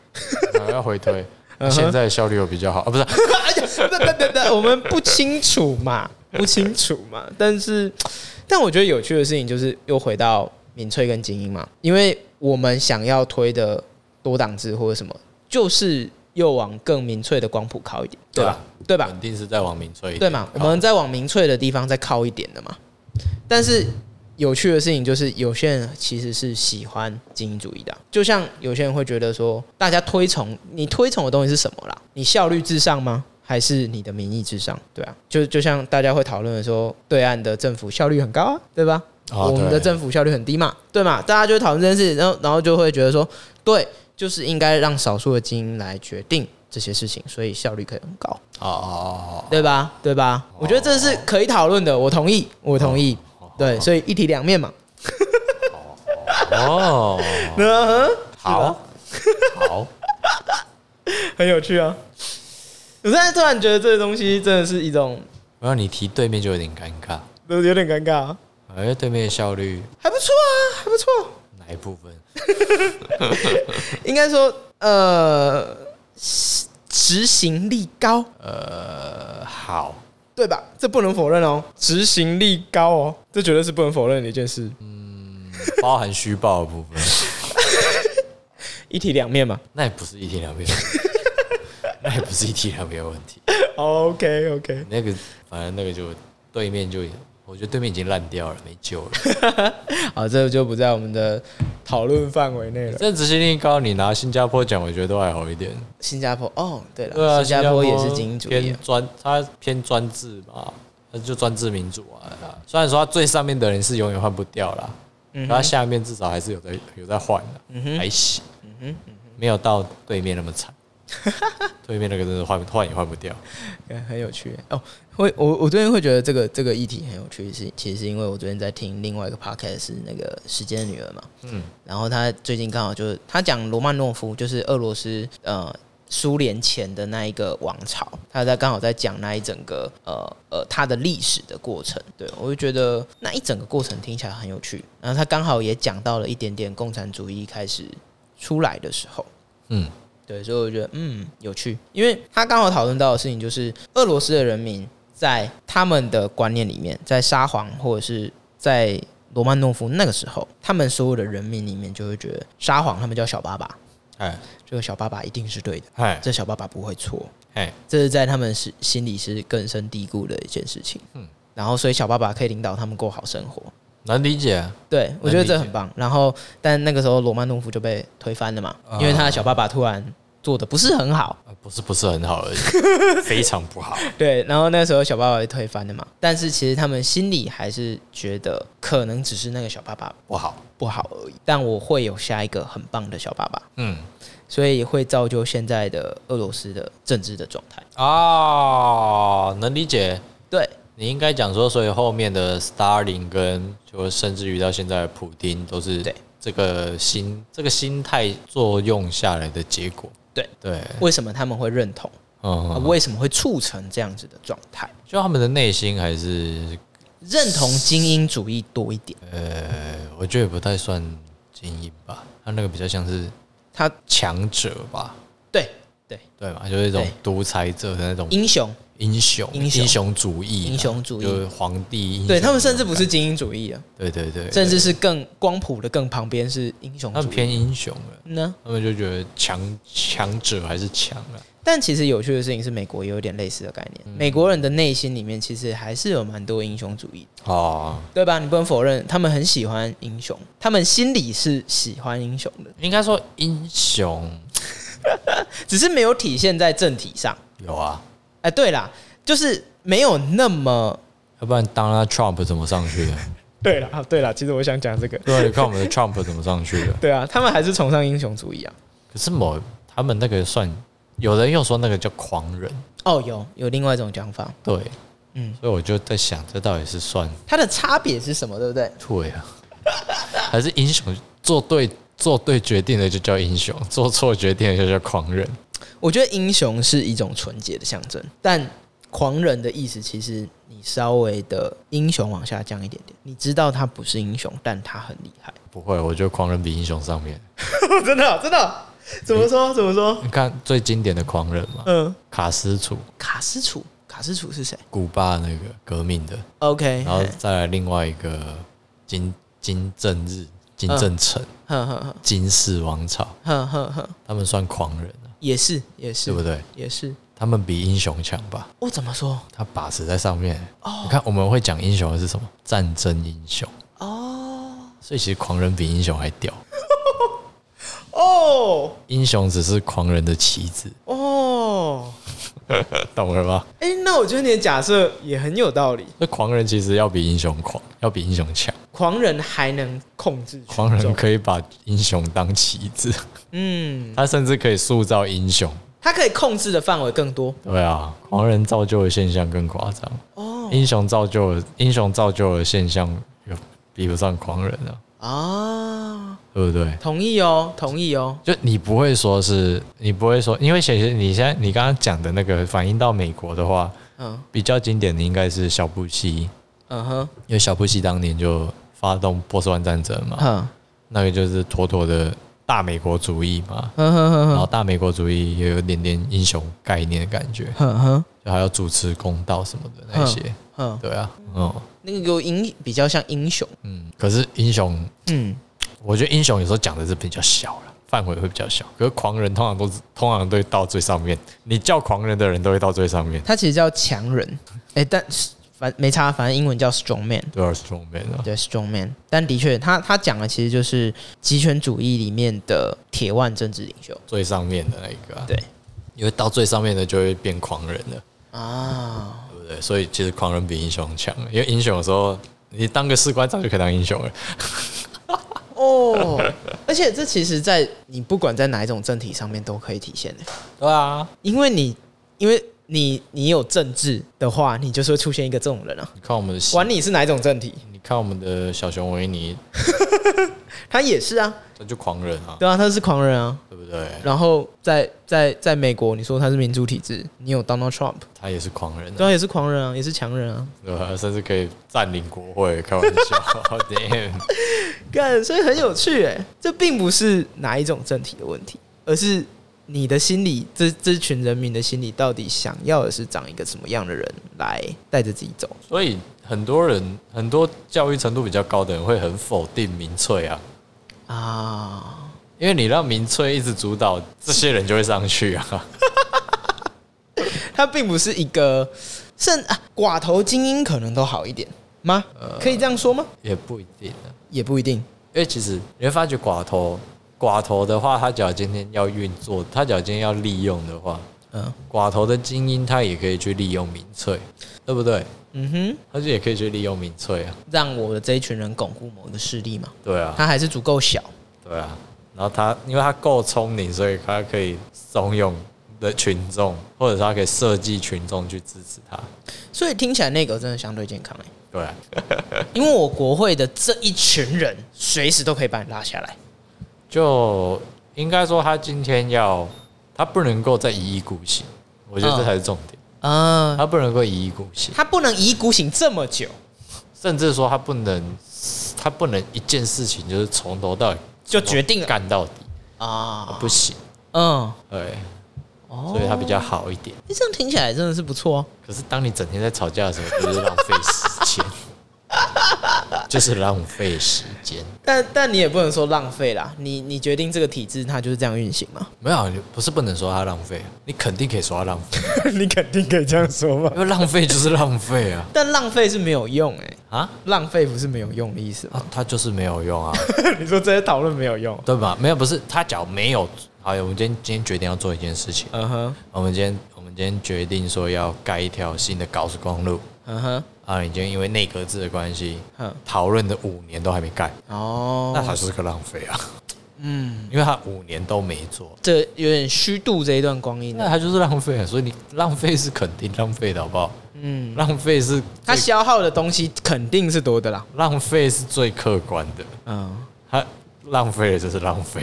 [SPEAKER 1] 然后要回推。
[SPEAKER 2] 嗯哼
[SPEAKER 1] 现在效率有比较好啊，不是？
[SPEAKER 2] 哎呀，等等等等，我们不清楚嘛，不清楚嘛。但是，但我觉得有趣的事情就是又回到民粹跟精英嘛，因为我们想要推的多党制或者什么，就是又往更民粹的光谱靠一点，对
[SPEAKER 1] 啊
[SPEAKER 2] 吧？对吧？
[SPEAKER 1] 肯定是在往民粹一
[SPEAKER 2] 对
[SPEAKER 1] 点
[SPEAKER 2] 嘛？我
[SPEAKER 1] 靠
[SPEAKER 2] 们再往民粹的地方再靠一点的嘛。但是有趣的事情就是，有些人其实是喜欢精英主义的啊、就像有些人会觉得说，大家推崇你推崇的东西是什么啦？你效率至上吗？还是你的民意至上？对啊，就就像大家会讨论的说，对岸的政府效率很高啊，对吧？
[SPEAKER 1] 哦
[SPEAKER 2] 我们
[SPEAKER 1] 对
[SPEAKER 2] 的政府效率很低嘛，对嘛？大家就会讨论这件事，然后然后就会觉得说，对，就是应该让少数的精英来决定这些事情，所以效率可以很高。
[SPEAKER 1] 哦哦
[SPEAKER 2] 对吧？对吧？我觉得这是可以讨论的，我同意，我同意。对，所以一体两面 嘛。
[SPEAKER 1] 哦哦，
[SPEAKER 2] 嗯，
[SPEAKER 1] 好好，
[SPEAKER 2] 很有趣啊。我现在突然觉得这个东西真的是一种，
[SPEAKER 1] 然后你提对面就有点尴尬，
[SPEAKER 2] 都有点尴尬、啊，
[SPEAKER 1] 哎，对面的效率
[SPEAKER 2] 还不错啊，还不错。
[SPEAKER 1] 哪一部分？
[SPEAKER 2] 应该说，呃，执行力高，
[SPEAKER 1] 呃，好，
[SPEAKER 2] 对吧？这不能否认哦，执行力高哦，这绝对是不能否认的一件事。
[SPEAKER 1] 嗯包含虚报的部分，
[SPEAKER 2] 一体两 面嘛。
[SPEAKER 1] 那也不是一体两面， 那也不是一体两面的问题。
[SPEAKER 2] OK OK，
[SPEAKER 1] 那个，反正那个就对面就，我觉得对面已经烂掉了，没救 了。
[SPEAKER 2] 好，这就不在我们的讨论范围内了。
[SPEAKER 1] 这执行力高，你拿新加坡奖，我觉得都还好一点。
[SPEAKER 2] 新加坡哦，对了，
[SPEAKER 1] 对啊，
[SPEAKER 2] 新加坡也是精英主义
[SPEAKER 1] 偏
[SPEAKER 2] 啊，
[SPEAKER 1] 专，它偏专制嘛，它就专制民主啊。虽然说它最上面的人是永远换不掉啦，可它下面至少还是有在有在换的、
[SPEAKER 2] 嗯哎
[SPEAKER 1] 还行，没有到对面那么惨。对面那个真的换换也换不掉，
[SPEAKER 2] 嗯很有趣哦。会我我最近会觉得这个这个议题很有趣，是其实是因为我昨天在听另外一个 podcast 是那个《时间的女儿》嘛，嗯，然后他最近刚好就是他讲罗曼诺夫，就是俄罗斯呃苏联前的那一个王朝，他在刚好在讲那一整个呃呃他的历史的过程，对我就觉得那一整个过程听起来很有趣，然后他刚好也讲到了一点点共产主义开始出来的时候，
[SPEAKER 1] 嗯，
[SPEAKER 2] 对，所以我觉得嗯有趣，因为他刚好讨论到的事情就是俄罗斯的人民在他们的观念里面，在沙皇或者是在罗曼诺夫那个时候，他们所有的人民里面就会觉得沙皇他们叫小爸爸，
[SPEAKER 1] 哎
[SPEAKER 2] 这个小爸爸一定是对的，
[SPEAKER 1] 哎
[SPEAKER 2] 这小爸爸不会错，
[SPEAKER 1] 哎，
[SPEAKER 2] 这是在他们是心里是根深蒂固的一件事情。嗯
[SPEAKER 1] 嗯，
[SPEAKER 2] 然后所以小爸爸可以领导他们过好生活，
[SPEAKER 1] 难理解、啊，
[SPEAKER 2] 对，我觉
[SPEAKER 1] 能
[SPEAKER 2] 得
[SPEAKER 1] 理解
[SPEAKER 2] 这
[SPEAKER 1] 啊
[SPEAKER 2] 很棒。然后，但那个时候罗曼诺夫就被推翻了嘛，因为他的小爸爸突然做的不是很好，
[SPEAKER 1] 呃不是不是很好而已，非常不好。
[SPEAKER 2] 对，然后那时候小爸爸被推翻了嘛，但是其实他们心里还是觉得可能只是那个小爸爸
[SPEAKER 1] 不好。
[SPEAKER 2] 不好而已，但我会有下一个很棒的小爸爸，
[SPEAKER 1] 嗯，
[SPEAKER 2] 所以会造就现在的俄罗斯的政治的状态。
[SPEAKER 1] 哦，能理解。
[SPEAKER 2] 对，
[SPEAKER 1] 你应该讲说，所以后面的 Starling 跟就甚至于到现在的普丁，都是
[SPEAKER 2] 对
[SPEAKER 1] 这个心这个心态作用下来的结果。
[SPEAKER 2] 对
[SPEAKER 1] 对，
[SPEAKER 2] 为什么他们会认同？啊
[SPEAKER 1] 嗯，
[SPEAKER 2] 为什么会促成这样子的状态？
[SPEAKER 1] 就他们的内心还是
[SPEAKER 2] 认同精英主义多一点，
[SPEAKER 1] 呃，我觉得也不太算精英吧，他那个比较像是
[SPEAKER 2] 他
[SPEAKER 1] 强者吧，
[SPEAKER 2] 对对
[SPEAKER 1] 对嘛，就是一种
[SPEAKER 2] 对
[SPEAKER 1] 独裁者的那种
[SPEAKER 2] 英雄，
[SPEAKER 1] 英雄
[SPEAKER 2] 英雄
[SPEAKER 1] 主义啊，
[SPEAKER 2] 英雄主义
[SPEAKER 1] 就是皇帝英雄，
[SPEAKER 2] 对他们甚至不是精英主义啊，
[SPEAKER 1] 对对对，
[SPEAKER 2] 甚至是更光谱的更旁边是英雄
[SPEAKER 1] 他们
[SPEAKER 2] 主义
[SPEAKER 1] 偏英雄了。
[SPEAKER 2] 呢。
[SPEAKER 1] 他们就觉得强强者还是强啊，
[SPEAKER 2] 但其实有趣的事情是，美国也有点类似的概念。美国人的内心里面其实还是有蛮多英雄主义的
[SPEAKER 1] 哦，
[SPEAKER 2] 对吧？你不能否认，他们很喜欢英雄，他们心里是喜欢英雄的，
[SPEAKER 1] 应该说英雄
[SPEAKER 2] 只是没有体现在政体上。
[SPEAKER 1] 有啊，
[SPEAKER 2] 哎，对啦，就是没有那么
[SPEAKER 1] 要不然当他 Trump 怎么上去的？
[SPEAKER 2] 对啦，啊对啦。其实我想讲这个，
[SPEAKER 1] 对啊，你看我们的 Trump 怎么上去的？
[SPEAKER 2] 对啊，他们还是崇尚英雄主义啊。
[SPEAKER 1] 可是某他们那个算，有人又说那个叫狂人，
[SPEAKER 2] 哦，有有另外一种讲法，
[SPEAKER 1] 对，
[SPEAKER 2] 嗯，
[SPEAKER 1] 所以我就在想，这到底是算
[SPEAKER 2] 它的差别是什么？对不对？
[SPEAKER 1] 对啊， 还是英雄做对做对决定的就叫英雄，做错决定的就叫狂人？
[SPEAKER 2] 我觉得英雄是一种纯洁的象征，但狂人的意思其实你稍微的英雄往下降一点点，你知道他不是英雄，但他很厉害。
[SPEAKER 1] 不会，我觉得狂人比英雄上面。
[SPEAKER 2] 真的啊真的，怎么说？怎么说？
[SPEAKER 1] 你看最经典的狂人嘛，
[SPEAKER 2] 嗯。
[SPEAKER 1] 卡斯楚，
[SPEAKER 2] 卡斯楚，卡斯楚是谁
[SPEAKER 1] 古巴那个革命的，
[SPEAKER 2] ？OK，
[SPEAKER 1] 然后再来另外一个金金正日、金正成、
[SPEAKER 2] 哼哼哼
[SPEAKER 1] 金氏王朝，
[SPEAKER 2] 哼哼哼，
[SPEAKER 1] 他们算狂人啊，
[SPEAKER 2] 也是也
[SPEAKER 1] 对
[SPEAKER 2] 是
[SPEAKER 1] 不对？
[SPEAKER 2] 也是。
[SPEAKER 1] 他们比英雄强吧？
[SPEAKER 2] 我怎么说？
[SPEAKER 1] 他把持在上面。你看我们会讲英雄的是什么？战争英雄。
[SPEAKER 2] 哦
[SPEAKER 1] 所以其实狂人比英雄还屌，
[SPEAKER 2] 哦
[SPEAKER 1] 英雄只是狂人的棋子，
[SPEAKER 2] 哦！
[SPEAKER 1] 懂了吗？
[SPEAKER 2] 哎、那我觉得你的假设也很有道理。
[SPEAKER 1] 那狂人其实要比英雄狂，要比英雄强，
[SPEAKER 2] 狂人还能控制群
[SPEAKER 1] 狂人
[SPEAKER 2] 众，
[SPEAKER 1] 可以把英雄当棋子，
[SPEAKER 2] 嗯，
[SPEAKER 1] 他甚至可以塑造英雄。
[SPEAKER 2] 他可以控制的范围更多。
[SPEAKER 1] 对啊，狂人造就的现象更夸张。
[SPEAKER 2] 哦
[SPEAKER 1] 英雄造就的英雄造就的现象，有比不上狂人啊，
[SPEAKER 2] 啊，
[SPEAKER 1] 对不对？
[SPEAKER 2] 同意哦，同意哦。
[SPEAKER 1] 就你不会说是，你不会说，因为其实你现在你刚刚讲的那个反映到美国的话，
[SPEAKER 2] 嗯
[SPEAKER 1] 比较经典的应该是小布希，
[SPEAKER 2] 嗯哼
[SPEAKER 1] 因为小布希当年就发动波斯湾战争嘛，
[SPEAKER 2] 哼
[SPEAKER 1] 那个就是妥妥的大美国主义嘛，
[SPEAKER 2] 哼哼
[SPEAKER 1] 然后
[SPEAKER 2] 哼
[SPEAKER 1] 大美国主义也有一点点英雄概念的感觉，
[SPEAKER 2] 哼哼
[SPEAKER 1] 就还要主持公道什么的那些，
[SPEAKER 2] 哼，
[SPEAKER 1] 对啊，嗯
[SPEAKER 2] 那个有英比较像英雄。
[SPEAKER 1] 嗯，可是英雄
[SPEAKER 2] 嗯，
[SPEAKER 1] 我觉得英雄有时候讲的是比较小了，范围会比较小。可是狂人通常都是通常都会到最上面，你叫狂人的人都会到最上面，
[SPEAKER 2] 他其实叫强人，哎、但是反没差，反正英文叫 strong man，
[SPEAKER 1] 对啊，strong man 啊，
[SPEAKER 2] 对 strong man。但的确，他他讲的其实就是极权主义里面的铁腕政治领袖
[SPEAKER 1] 最上面的那一个、啊。
[SPEAKER 2] 对，
[SPEAKER 1] 因为到最上面的就会变狂人了，
[SPEAKER 2] 啊。
[SPEAKER 1] 对不对？所以其实狂人比英雄强，因为英雄有时候你当个士官长就可以当英雄了。
[SPEAKER 2] 哦，而且这其实在你不管在哪一种政体上面都可以体现的，
[SPEAKER 1] 对啊，
[SPEAKER 2] 因为你因为你你有政治的话，你就是会出现一个这种人啊。
[SPEAKER 1] 你看我们的西，
[SPEAKER 2] 管你是哪一种政体，
[SPEAKER 1] 你看我们的小熊维尼，
[SPEAKER 2] 他也是啊，
[SPEAKER 1] 他就狂人啊，
[SPEAKER 2] 对啊，他是狂人啊。
[SPEAKER 1] 对不对？
[SPEAKER 2] 然后在在在美国，你说他是民主体制，你有 Donald Trump，
[SPEAKER 1] 他也是狂人啊
[SPEAKER 2] 对。啊，也是狂人啊，也是强人啊。
[SPEAKER 1] 对吧？甚至可以占领国会，开玩笑 ，damn！
[SPEAKER 2] 干，所以很有趣哎，这并不是哪一种政体的问题，而是你的心理，这这群人民的心理到底想要的是长一个什么样的人来带着自己走？
[SPEAKER 1] 所以很多人，很多教育程度比较高的人会很否定民粹啊，
[SPEAKER 2] 啊，
[SPEAKER 1] 因为你让民粹一直主导，这些人就会上去 啊。
[SPEAKER 2] 它并不是一个甚啊寡头精英可能都好一点吗？可以这样说吗？
[SPEAKER 1] 也不一定啊，
[SPEAKER 2] 呃也不一定。
[SPEAKER 1] 因为其实你会发觉寡头寡头的话，他只要今天要运作，他只要今天要利用的话，
[SPEAKER 2] 嗯
[SPEAKER 1] 寡头的精英他也可以去利用民粹，对不对？
[SPEAKER 2] 嗯哼，
[SPEAKER 1] 他就也可以去利用民粹啊，
[SPEAKER 2] 让我的这一群人巩固某一个势力嘛，
[SPEAKER 1] 对啊，
[SPEAKER 2] 他还是足够小。
[SPEAKER 1] 对啊。然后他因为他够聪明，所以他可以怂恿的群众，或者是他可以设计群众去支持他，
[SPEAKER 2] 所以听起来内阁真的相对健康、欸、
[SPEAKER 1] 对啊，
[SPEAKER 2] 因为我国会的这一群人随时都可以把你拉下来。
[SPEAKER 1] 就应该说他今天要，他不能够再一意孤行，我觉得这才是重点，
[SPEAKER 2] 啊、
[SPEAKER 1] 他不能够一意孤行。
[SPEAKER 2] 他不能一意孤行这么久。
[SPEAKER 1] 甚至说他不能，他不能一件事情就是从头到尾
[SPEAKER 2] 就决定了
[SPEAKER 1] 干到底，
[SPEAKER 2] 啊，
[SPEAKER 1] 不行，
[SPEAKER 2] 嗯，
[SPEAKER 1] 对，
[SPEAKER 2] 哦
[SPEAKER 1] 所以他比较好一点。
[SPEAKER 2] 诶这样听起来真的是不错、哦。
[SPEAKER 1] 可是当你整天在吵架的时候，就是浪费时 间，就是浪费时间。
[SPEAKER 2] 但但你也不能说浪费啦，你你决定这个体制它就是这样运行嘛，
[SPEAKER 1] 没有，你不是不能说他浪费，你肯定可以说他浪费，
[SPEAKER 2] 你肯定可以这样说嘛。
[SPEAKER 1] 因为浪费就是浪费啊
[SPEAKER 2] 但浪费是没有用哎、
[SPEAKER 1] 啊
[SPEAKER 2] 浪费不是没有用的意思吗？
[SPEAKER 1] 啊，他就是没有用啊，
[SPEAKER 2] 你说这些讨论没有用？
[SPEAKER 1] 对吧？没有，不是他讲没有。好，我们今天今天决定要做一件事情，
[SPEAKER 2] 嗯哼，
[SPEAKER 1] 我们今天我们今天决定说要盖一条新的高速公路。
[SPEAKER 2] 嗯哼，
[SPEAKER 1] 啊，已经因为内阁制的关系，
[SPEAKER 2] 嗯，
[SPEAKER 1] 讨论的五年都还没盖，那
[SPEAKER 2] 哦，
[SPEAKER 1] 它就是个浪费啊，
[SPEAKER 2] 嗯，
[SPEAKER 1] 因为它五年都没做，
[SPEAKER 2] 这有点虚度这一段光阴
[SPEAKER 1] 那
[SPEAKER 2] 了。
[SPEAKER 1] 它就是浪费啊。所以你浪费是肯定浪费的好不好？
[SPEAKER 2] 嗯，
[SPEAKER 1] 浪费是
[SPEAKER 2] 他
[SPEAKER 1] 最
[SPEAKER 2] 消耗的东西肯定是多的啦。
[SPEAKER 1] 浪费是最客观的，
[SPEAKER 2] 嗯，
[SPEAKER 1] 它浪费了就是浪费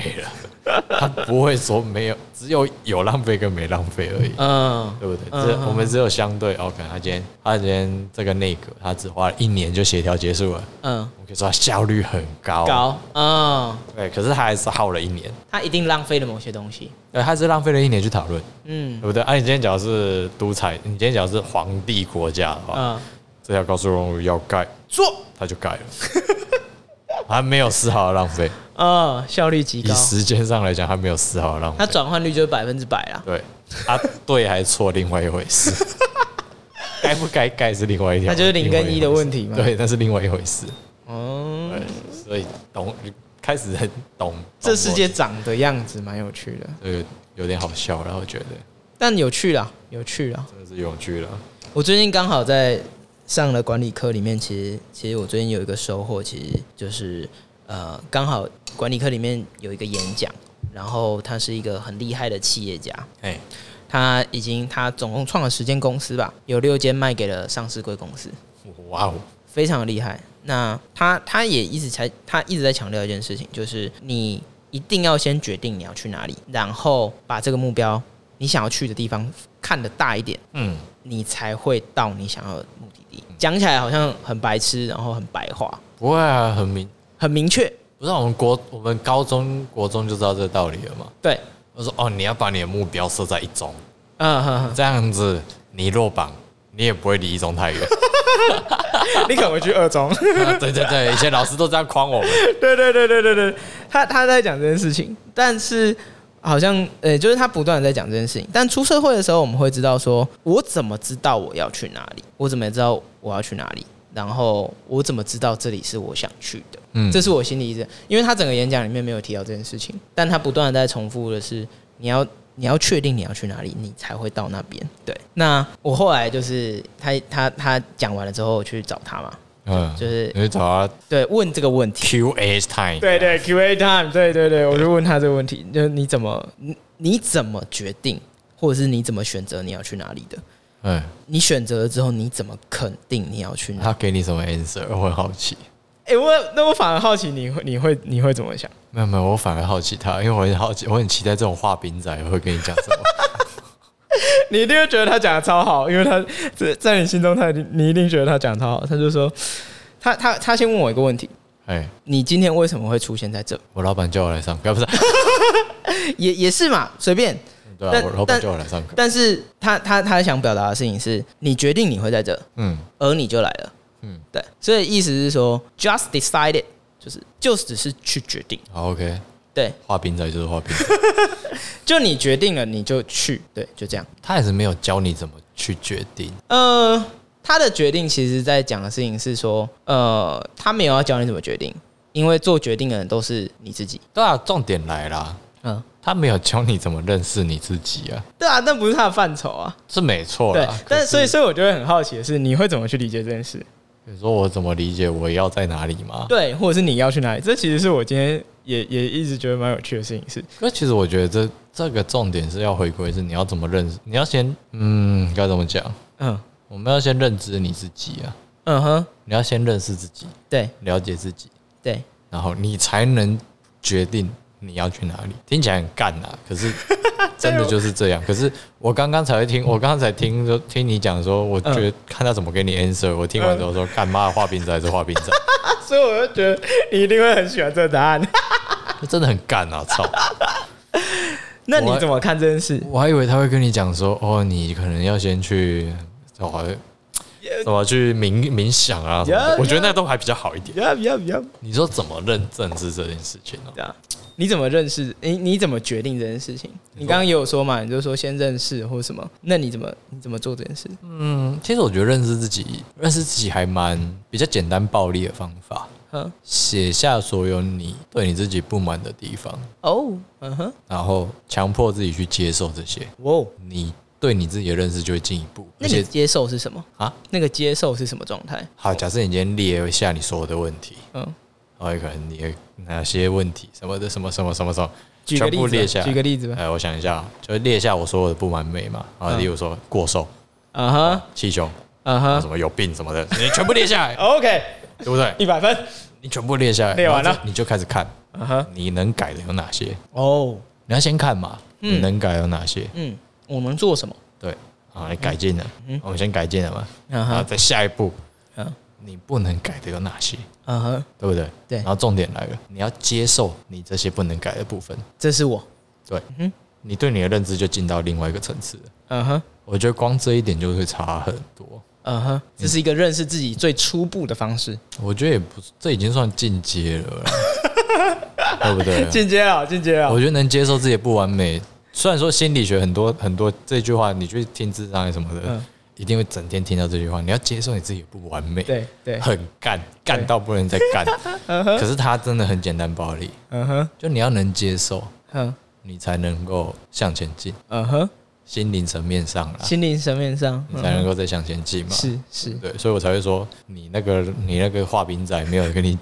[SPEAKER 1] 了，它不会说没有，只有有浪费跟没浪费而已。
[SPEAKER 2] 嗯，
[SPEAKER 1] 对不对？
[SPEAKER 2] 嗯
[SPEAKER 1] 这
[SPEAKER 2] 嗯
[SPEAKER 1] 我们只有相对哦，可能他今天他今天这个内阁，他只花了一年就协调结束了，
[SPEAKER 2] 嗯，
[SPEAKER 1] 我可以说他效率很高，
[SPEAKER 2] 高，嗯，
[SPEAKER 1] 对，可是他还是耗了一年，
[SPEAKER 2] 他一定浪费了某些东西。
[SPEAKER 1] 对，他是浪费了一年去讨论，
[SPEAKER 2] 嗯
[SPEAKER 1] 对不对？啊，你今天讲的是独裁，你今天讲的是皇帝国家的话，
[SPEAKER 2] 嗯，
[SPEAKER 1] 这条高速公路要盖，
[SPEAKER 2] 做，
[SPEAKER 1] 他就盖了， 他没有丝毫的浪费。
[SPEAKER 2] 嗯，效率极
[SPEAKER 1] 以
[SPEAKER 2] 高，
[SPEAKER 1] 时间上来讲，他没有丝毫的浪
[SPEAKER 2] 它
[SPEAKER 1] 费。
[SPEAKER 2] 转换率就是百分之百啦。
[SPEAKER 1] 对，啊，对还错，另外一回事。 该不该盖是另外一条，
[SPEAKER 2] 那就是零跟一的问题
[SPEAKER 1] 嘛。
[SPEAKER 2] 嘛
[SPEAKER 1] 对，那是另外一回事。
[SPEAKER 2] 哦，
[SPEAKER 1] 对，所以懂开始很懂
[SPEAKER 2] 这世界长的样子蛮有趣的，
[SPEAKER 1] 呃有点好笑，然后觉得
[SPEAKER 2] 但有趣啦，有趣啦。
[SPEAKER 1] 真的是有趣了。
[SPEAKER 2] 我最近刚好在上了管理课里面，其实其实我最近有一个收获，其实就是呃，刚好管理课里面有一个演讲，然后他是一个很厉害的企业家，
[SPEAKER 1] 哎，
[SPEAKER 2] 他已经他总共创了十间公司吧，有六间卖给了上市贵公司，
[SPEAKER 1] 哇哦，
[SPEAKER 2] 非常的厉害。那他他也一直才他一直在强调一件事情，就是你一定要先决定你要去哪里，然后把这个目标你想要去的地方看得大一点，
[SPEAKER 1] 嗯，
[SPEAKER 2] 你才会到你想要的目的地。讲起来好像很白痴，然后很白话，
[SPEAKER 1] 不会啊，很明
[SPEAKER 2] 很明确。
[SPEAKER 1] 不是啊我们国我们高中国中就知道这个道理了嘛。
[SPEAKER 2] 对，
[SPEAKER 1] 我说哦，你要把你的目标设在一中，
[SPEAKER 2] 嗯哼哼，
[SPEAKER 1] 这样子你落榜，你也不会离一中太远。
[SPEAKER 2] 你可能会去二中。
[SPEAKER 1] 啊对对对，以前老师都这样诓我们。
[SPEAKER 2] 对对对对对对，他他在讲这件事情，但是好像呃、就是他不断的在讲这件事情。但出社会的时候，我们会知道说，我怎么知道我要去哪里？我怎么知道我要去哪里？然后我怎么知道这里是我想去的？
[SPEAKER 1] 嗯
[SPEAKER 2] 这是我心里一直，因为他整个演讲里面没有提到这件事情，但他不断的在重复的是，你要你要确定你要去哪里，你才会到那边。对，那我后来就是他他他讲完了之后，我去找他嘛，
[SPEAKER 1] 嗯，
[SPEAKER 2] 就是呃
[SPEAKER 1] 你去找他
[SPEAKER 2] 对问这个问题，
[SPEAKER 1] Q A time。
[SPEAKER 2] 对对，Q&A time，对对对，我就问他这个问题，就是你怎么你你怎么决定，或者是你怎么选择你要去哪里的？
[SPEAKER 1] 嗯，
[SPEAKER 2] 你选择了之后，你怎么肯定你要去哪？
[SPEAKER 1] 他给你什么 answer？我很好奇。
[SPEAKER 2] 哎、我那我反而好奇你会你会你会怎么想？
[SPEAKER 1] 没有没有，我反而好奇他，因为我很好奇，我很期待这种画饼仔会跟你讲什 么。
[SPEAKER 2] 你一定会觉得他讲的超好，因为他在在你心中他一定你一定觉得他讲的超好。他就说，他他他先问我一个问题：
[SPEAKER 1] 哎，
[SPEAKER 2] 你今天为什么会出现在这？
[SPEAKER 1] 我老板叫我来上课，不是？
[SPEAKER 2] 也也是嘛，随便。
[SPEAKER 1] 对啊，
[SPEAKER 2] 但
[SPEAKER 1] 我老板
[SPEAKER 2] 但
[SPEAKER 1] 叫我来上课。
[SPEAKER 2] 但是他他他想表达的事情是，你决定你会在这，
[SPEAKER 1] 嗯
[SPEAKER 2] 而你就来了。
[SPEAKER 1] 嗯，
[SPEAKER 2] 对，所以意思是说，just decided 就是就只是去决定，
[SPEAKER 1] 好 OK，
[SPEAKER 2] 对，
[SPEAKER 1] 画饼仔就是画饼仔。
[SPEAKER 2] 就你决定了你就去，对，就这样。
[SPEAKER 1] 他也是没有教你怎么去决定。
[SPEAKER 2] 呃，他的决定其实在讲的事情是说，呃，他没有要教你怎么决定，因为做决定的人都是你自己。
[SPEAKER 1] 对啊，重点来啦，
[SPEAKER 2] 嗯，
[SPEAKER 1] 他没有教你怎么认识你自己啊，
[SPEAKER 2] 对啊，但不是他的范畴啊。
[SPEAKER 1] 是没错
[SPEAKER 2] 对
[SPEAKER 1] 啦。，
[SPEAKER 2] 但所以
[SPEAKER 1] 说，
[SPEAKER 2] 所以我就会很好奇的是，你会怎么去理解这件事？
[SPEAKER 1] 你说我怎么理解我要在哪里吗？
[SPEAKER 2] 对，或者是你要去哪里？这其实是我今天也也一直觉得蛮有趣的事情是，
[SPEAKER 1] 可其实我觉得这这个重点是要回归是你要怎么认识，你要先嗯该怎么讲？
[SPEAKER 2] 嗯
[SPEAKER 1] 我们要先认知你自己啊，
[SPEAKER 2] 嗯哼，
[SPEAKER 1] 你要先认识自己，
[SPEAKER 2] 对
[SPEAKER 1] 了解自己，
[SPEAKER 2] 对，
[SPEAKER 1] 然后你才能决定你要去哪里。听起来很干啊，可是真的就是这样。可是我刚刚才会听，我刚刚才听说听你讲说，我觉得看他怎么给你 answer。我听完之后说，干妈画饼仔还是画饼仔，
[SPEAKER 2] 所以我就觉得你一定会很喜欢这个答案。
[SPEAKER 1] 这真的很干啊！操，
[SPEAKER 2] 那你怎么看这件事？
[SPEAKER 1] 我还以为他会跟你讲说，哦，你可能要先去，哦，怎么去冥冥想啊什么的
[SPEAKER 2] Yeah,
[SPEAKER 1] 我觉得那都还比较好一点。
[SPEAKER 2] 呀呀呀！
[SPEAKER 1] 你说怎么认证是这件事情呢、
[SPEAKER 2] 对啊，你怎么认识？你你怎么决定这件事情？你刚刚也有说嘛，你就说先认识或者什么？那你怎么你怎么做这件事？
[SPEAKER 1] 嗯，其实我觉得认识自己，认识自己还蛮比较简单暴力的方法，
[SPEAKER 2] 嗯，
[SPEAKER 1] 写下所有你对你自己不满的地方，
[SPEAKER 2] 哦，嗯哼，
[SPEAKER 1] 然后强迫自己去接受这些，
[SPEAKER 2] 哇，
[SPEAKER 1] 你对你自己的认识就会进一步。而
[SPEAKER 2] 那你
[SPEAKER 1] 且
[SPEAKER 2] 接受是什么？
[SPEAKER 1] 啊，
[SPEAKER 2] 那个接受是什么状态？
[SPEAKER 1] 好，假设你今天列一下你所有的问题，
[SPEAKER 2] 嗯，
[SPEAKER 1] 然哦后可能你的哪些问题什么的，什么什么什么什么，
[SPEAKER 2] 举个
[SPEAKER 1] 全部
[SPEAKER 2] 例
[SPEAKER 1] 列
[SPEAKER 2] 子
[SPEAKER 1] 下
[SPEAKER 2] 吧，
[SPEAKER 1] 来。
[SPEAKER 2] 举个例子吧。
[SPEAKER 1] 哎，我想一下，就列下我所有的不完美嘛，啊，
[SPEAKER 2] 嗯
[SPEAKER 1] 例如说过瘦、啊
[SPEAKER 2] 嗯哼，
[SPEAKER 1] 气胸，
[SPEAKER 2] 嗯
[SPEAKER 1] 啊
[SPEAKER 2] 哼
[SPEAKER 1] 什么有病什么的，你全部列 下来，
[SPEAKER 2] ，OK，
[SPEAKER 1] 对不对？
[SPEAKER 2] 一百分。
[SPEAKER 1] 你全部列下来，
[SPEAKER 2] 列完了
[SPEAKER 1] 然后这你就开始看
[SPEAKER 2] 嗯哼，
[SPEAKER 1] 你能改的有哪些，
[SPEAKER 2] 哦，
[SPEAKER 1] 你要先看嘛，
[SPEAKER 2] 嗯
[SPEAKER 1] 你能改有哪些？
[SPEAKER 2] 嗯，我能做什么？
[SPEAKER 1] 对，啊，你改进了，我们先改进了嘛，
[SPEAKER 2] 嗯
[SPEAKER 1] 然后
[SPEAKER 2] 哼，
[SPEAKER 1] 再下一步
[SPEAKER 2] 嗯
[SPEAKER 1] 你不能改的有哪些，
[SPEAKER 2] 嗯哼，
[SPEAKER 1] 对不对？
[SPEAKER 2] 对
[SPEAKER 1] 然后重点来了，你要接受你这些不能改的部分，
[SPEAKER 2] 这是我。
[SPEAKER 1] 对
[SPEAKER 2] 嗯哼，
[SPEAKER 1] 你对你的认知就进到另外一个层次了。
[SPEAKER 2] 嗯哼，
[SPEAKER 1] 我觉得光这一点就会差很多。
[SPEAKER 2] 嗯哼，这是一个认识自己最初步的方式。
[SPEAKER 1] 我觉得也不，这已经算进阶 了啦，对不对？
[SPEAKER 2] 进阶了，进阶了
[SPEAKER 1] 嗯我觉得能接受自己的不完美，虽然说心理学很多很多这句话，你去听智商什么的，
[SPEAKER 2] 嗯
[SPEAKER 1] 一定会整天听到这句话。你要接受你自己的不完美，
[SPEAKER 2] 对对，
[SPEAKER 1] 很干，干到不能再 干。可是它真的很简单暴力，
[SPEAKER 2] 嗯哼，
[SPEAKER 1] 就你要能接受，
[SPEAKER 2] 嗯
[SPEAKER 1] 你才能够向前进，
[SPEAKER 2] 嗯哼，
[SPEAKER 1] 心灵层面上啦，
[SPEAKER 2] 心嗯灵层面上嗯
[SPEAKER 1] 你才能够再向前进嘛。
[SPEAKER 2] 是是，
[SPEAKER 1] 对，所以我才会说你那个你那个画饼仔没有跟你，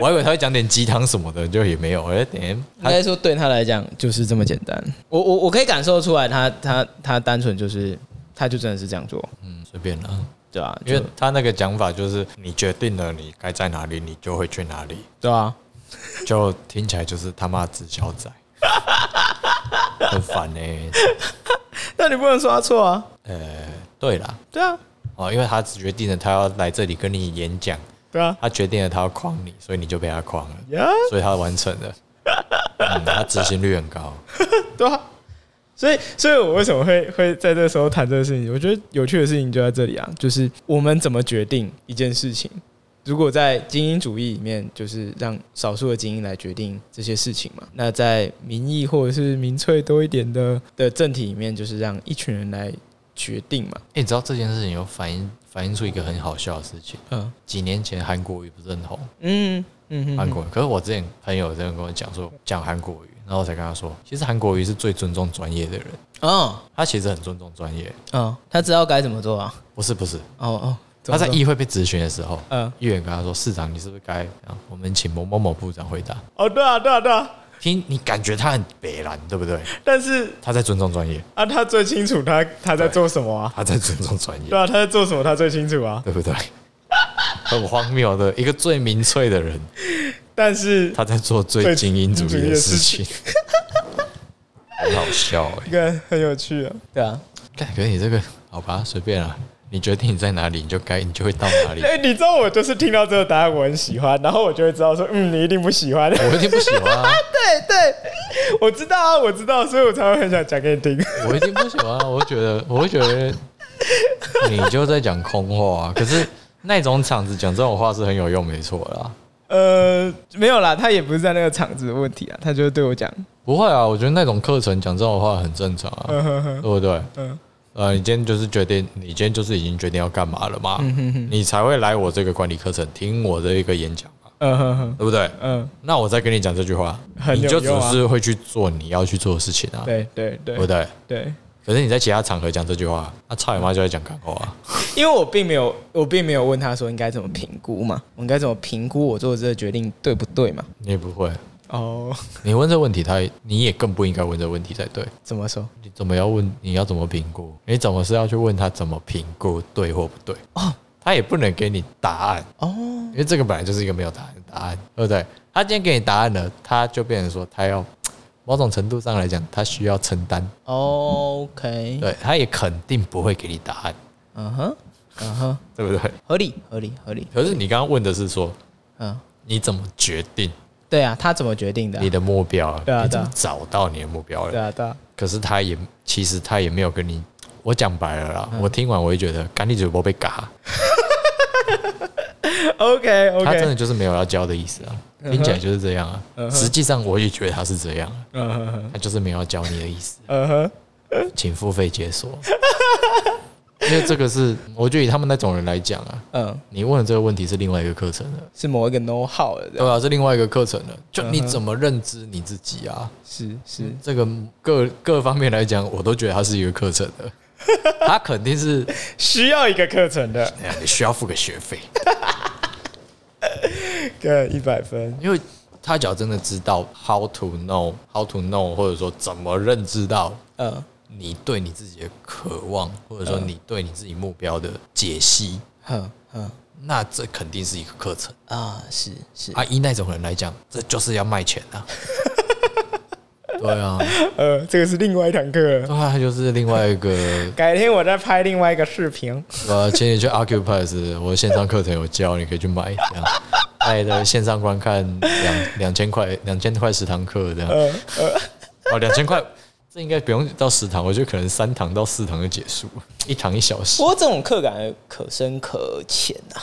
[SPEAKER 1] 我还以为他会讲点鸡汤什么的，就也没有。哎，点
[SPEAKER 2] 应
[SPEAKER 1] 他
[SPEAKER 2] 该说对他来讲就是这么简单。我我我可以感受出来他，他他单纯就是，他就真的是这样做，
[SPEAKER 1] 嗯随便啦，
[SPEAKER 2] 对吧、啊？
[SPEAKER 1] 因为他那个讲法就是你决定了你该在哪里，你就会去哪里，
[SPEAKER 2] 对啊，
[SPEAKER 1] 就听起来就是他妈直销仔，很烦欸呢、
[SPEAKER 2] 那你不能说他错啊，
[SPEAKER 1] 呃，对啦，
[SPEAKER 2] 对啊，
[SPEAKER 1] 哦，因为他决定了他要来这里跟你演讲，
[SPEAKER 2] 对啊，
[SPEAKER 1] 他决定了他要框你，所以你就被他框了，
[SPEAKER 2] 呀、
[SPEAKER 1] 所以他完成了。嗯，他执行率很高，
[SPEAKER 2] 对啊。所以，所以我为什么会会在这时候谈这个事情？我觉得有趣的事情就在这里啊，就是我们怎么决定一件事情。如果在精英主义里面，就是让少数的精英来决定这些事情嘛。那在民意或者是民粹多一点的的政体里面，就是让一群人来决定嘛。
[SPEAKER 1] 欸你知道这件事情有反映反映出一个很好笑的事情。
[SPEAKER 2] 嗯
[SPEAKER 1] 几年前韩国语不是很红，
[SPEAKER 2] 嗯嗯
[SPEAKER 1] 韩国语。可是我之前朋友这样跟我讲说讲韩国语，然后我才跟他说，其实韩国语是最尊重专业的人，
[SPEAKER 2] 哦
[SPEAKER 1] 他其实很尊重专业。
[SPEAKER 2] 哦，他知道该怎么做啊。
[SPEAKER 1] 不是不是，
[SPEAKER 2] 哦哦，
[SPEAKER 1] 他在议会被质询的时候，
[SPEAKER 2] 嗯
[SPEAKER 1] 议员跟他说，市长你是不是该？啊我们请某某某部长回答。
[SPEAKER 2] 哦对啊对啊对啊，
[SPEAKER 1] 听你感觉他很北蓝，对不对？
[SPEAKER 2] 但是
[SPEAKER 1] 他在尊重专业，
[SPEAKER 2] 啊他最清楚他他在做什么啊。
[SPEAKER 1] 他在尊重专业，
[SPEAKER 2] 对啊，他在做什么，他最清楚啊。
[SPEAKER 1] 对不对？很荒谬的一个最民粹的人，
[SPEAKER 2] 但是
[SPEAKER 1] 他在做最精英主义的事情，很好笑哎、
[SPEAKER 2] 这个很有趣啊。对啊，
[SPEAKER 1] 看，可是你这个好吧，随便啊，你决定你在哪里，你就该你就会到哪里。
[SPEAKER 2] 哎、你知道我就是听到这个答案，我很喜欢，然后我就会知道说，嗯，你一定不喜 欢。
[SPEAKER 1] 我一定不喜欢啊！
[SPEAKER 2] 我知道啊，我知道，所以我才会很想讲给你听。
[SPEAKER 1] 我一定不喜欢啊！我会觉得，我会觉得你就在讲空话啊。可是那种场子讲这种话是很有用，没错啦。
[SPEAKER 2] 呃，没有啦，他也不是在那个场子的问题啊，他就是对我讲，
[SPEAKER 1] 不会啊，我觉得那种课程讲这种话很正常啊，
[SPEAKER 2] 嗯哼哼，
[SPEAKER 1] 对不对？
[SPEAKER 2] 嗯
[SPEAKER 1] 呃，你今天就是决定，你嗯今天就是已经决定要干嘛了嘛，你才会来我这个管理课程听我这一个演讲嘛。
[SPEAKER 2] 嗯哼哼，
[SPEAKER 1] 对不对？
[SPEAKER 2] 嗯，
[SPEAKER 1] 那我再跟你讲这句话，
[SPEAKER 2] 很有
[SPEAKER 1] 你就只
[SPEAKER 2] 用啊
[SPEAKER 1] 是会去做你要去做的事情啊，
[SPEAKER 2] 对对对
[SPEAKER 1] 对不对？
[SPEAKER 2] 对，
[SPEAKER 1] 可是你在其他场合讲这句话，那、操你妈就在讲干话啊！
[SPEAKER 2] 因为我并没有，我并没有问他说应该怎么评估嘛，我应该怎么评估我做的这个决定对不对嘛？
[SPEAKER 1] 你也不会，
[SPEAKER 2] 哦，
[SPEAKER 1] 你问这问题他也，你也更不应该问这问题才对。
[SPEAKER 2] 怎么说？
[SPEAKER 1] 你怎么要问？你要怎么评估？你怎么是要去问他怎么评估对或不对？
[SPEAKER 2] 哦
[SPEAKER 1] 他也不能给你答案，
[SPEAKER 2] 哦，
[SPEAKER 1] 因为这个本来就是一个没有答案的答案，对不对？他今天给你答案了，他就变成说他要某种程度上来讲，他需要承担，
[SPEAKER 2] 哦 OK，
[SPEAKER 1] 对，他也肯定不会给你答案，
[SPEAKER 2] 嗯哼，嗯哼，
[SPEAKER 1] 对不对？
[SPEAKER 2] 合理，合理，合理，
[SPEAKER 1] 可是你刚刚问的是说
[SPEAKER 2] 嗯，
[SPEAKER 1] 你怎么决定
[SPEAKER 2] 对啊，他怎么决定的啊、
[SPEAKER 1] 你的目标
[SPEAKER 2] 对啊
[SPEAKER 1] 你怎
[SPEAKER 2] 对
[SPEAKER 1] 么
[SPEAKER 2] 啊
[SPEAKER 1] 找到你的目标
[SPEAKER 2] 对
[SPEAKER 1] 了？
[SPEAKER 2] 啊，对啊，
[SPEAKER 1] 可是他也其实他也没有跟你，我讲白了
[SPEAKER 2] 嗯
[SPEAKER 1] 啦，我听完我也觉得干地主播被嘎。
[SPEAKER 2] OK 嗯
[SPEAKER 1] 他真
[SPEAKER 2] OK，
[SPEAKER 1] 的就是没有要教的意思啊，听起来就是这样啊。实际上我也觉得他是这样啊，
[SPEAKER 2] 嗯哼哼，
[SPEAKER 1] 他就是没有要教你的意思，啊
[SPEAKER 2] 嗯哼，
[SPEAKER 1] 请付费解锁。 因为这个是，我觉得以他们那种人来讲啊，
[SPEAKER 2] 嗯，
[SPEAKER 1] 你问的这个问题是另外一个课程了，
[SPEAKER 2] 是某一个 know how 的这样，
[SPEAKER 1] 对啊，是另外一个课程了。就
[SPEAKER 2] 嗯
[SPEAKER 1] 你怎么认知你自己啊？
[SPEAKER 2] 是是，
[SPEAKER 1] 这个各各方面来讲，我都觉得它是一个课程的。他肯定是，
[SPEAKER 2] 需要一个课程的，
[SPEAKER 1] 哎呀，你需要付个学费，
[SPEAKER 2] 对，一百分，
[SPEAKER 1] 因为他只要真的知道 how to know how to know，或者说怎么认知到
[SPEAKER 2] 嗯，
[SPEAKER 1] 你对你自己的渴望，或者说你对你自己目标的解析，
[SPEAKER 2] 哼哼
[SPEAKER 1] 那这肯定是一个课程
[SPEAKER 2] 啊，是是，
[SPEAKER 1] 啊。依那种人来讲，这就是要卖钱啊。对啊，
[SPEAKER 2] 呃，这个是另外一堂课了，
[SPEAKER 1] 对啊，就是另外一个，
[SPEAKER 2] 改天我再拍另外一个视频。
[SPEAKER 1] 呃，请你去 Occupy，我线上课程有教，你可以去买。这样，爱的线上观看两两千块，两千块十堂课这样。
[SPEAKER 2] 呃呃，
[SPEAKER 1] 哦，两千块，这应该不用到十堂，我觉得可能三堂到四堂就结束，一堂一小时
[SPEAKER 2] 不。过这种课感觉可深可浅啊，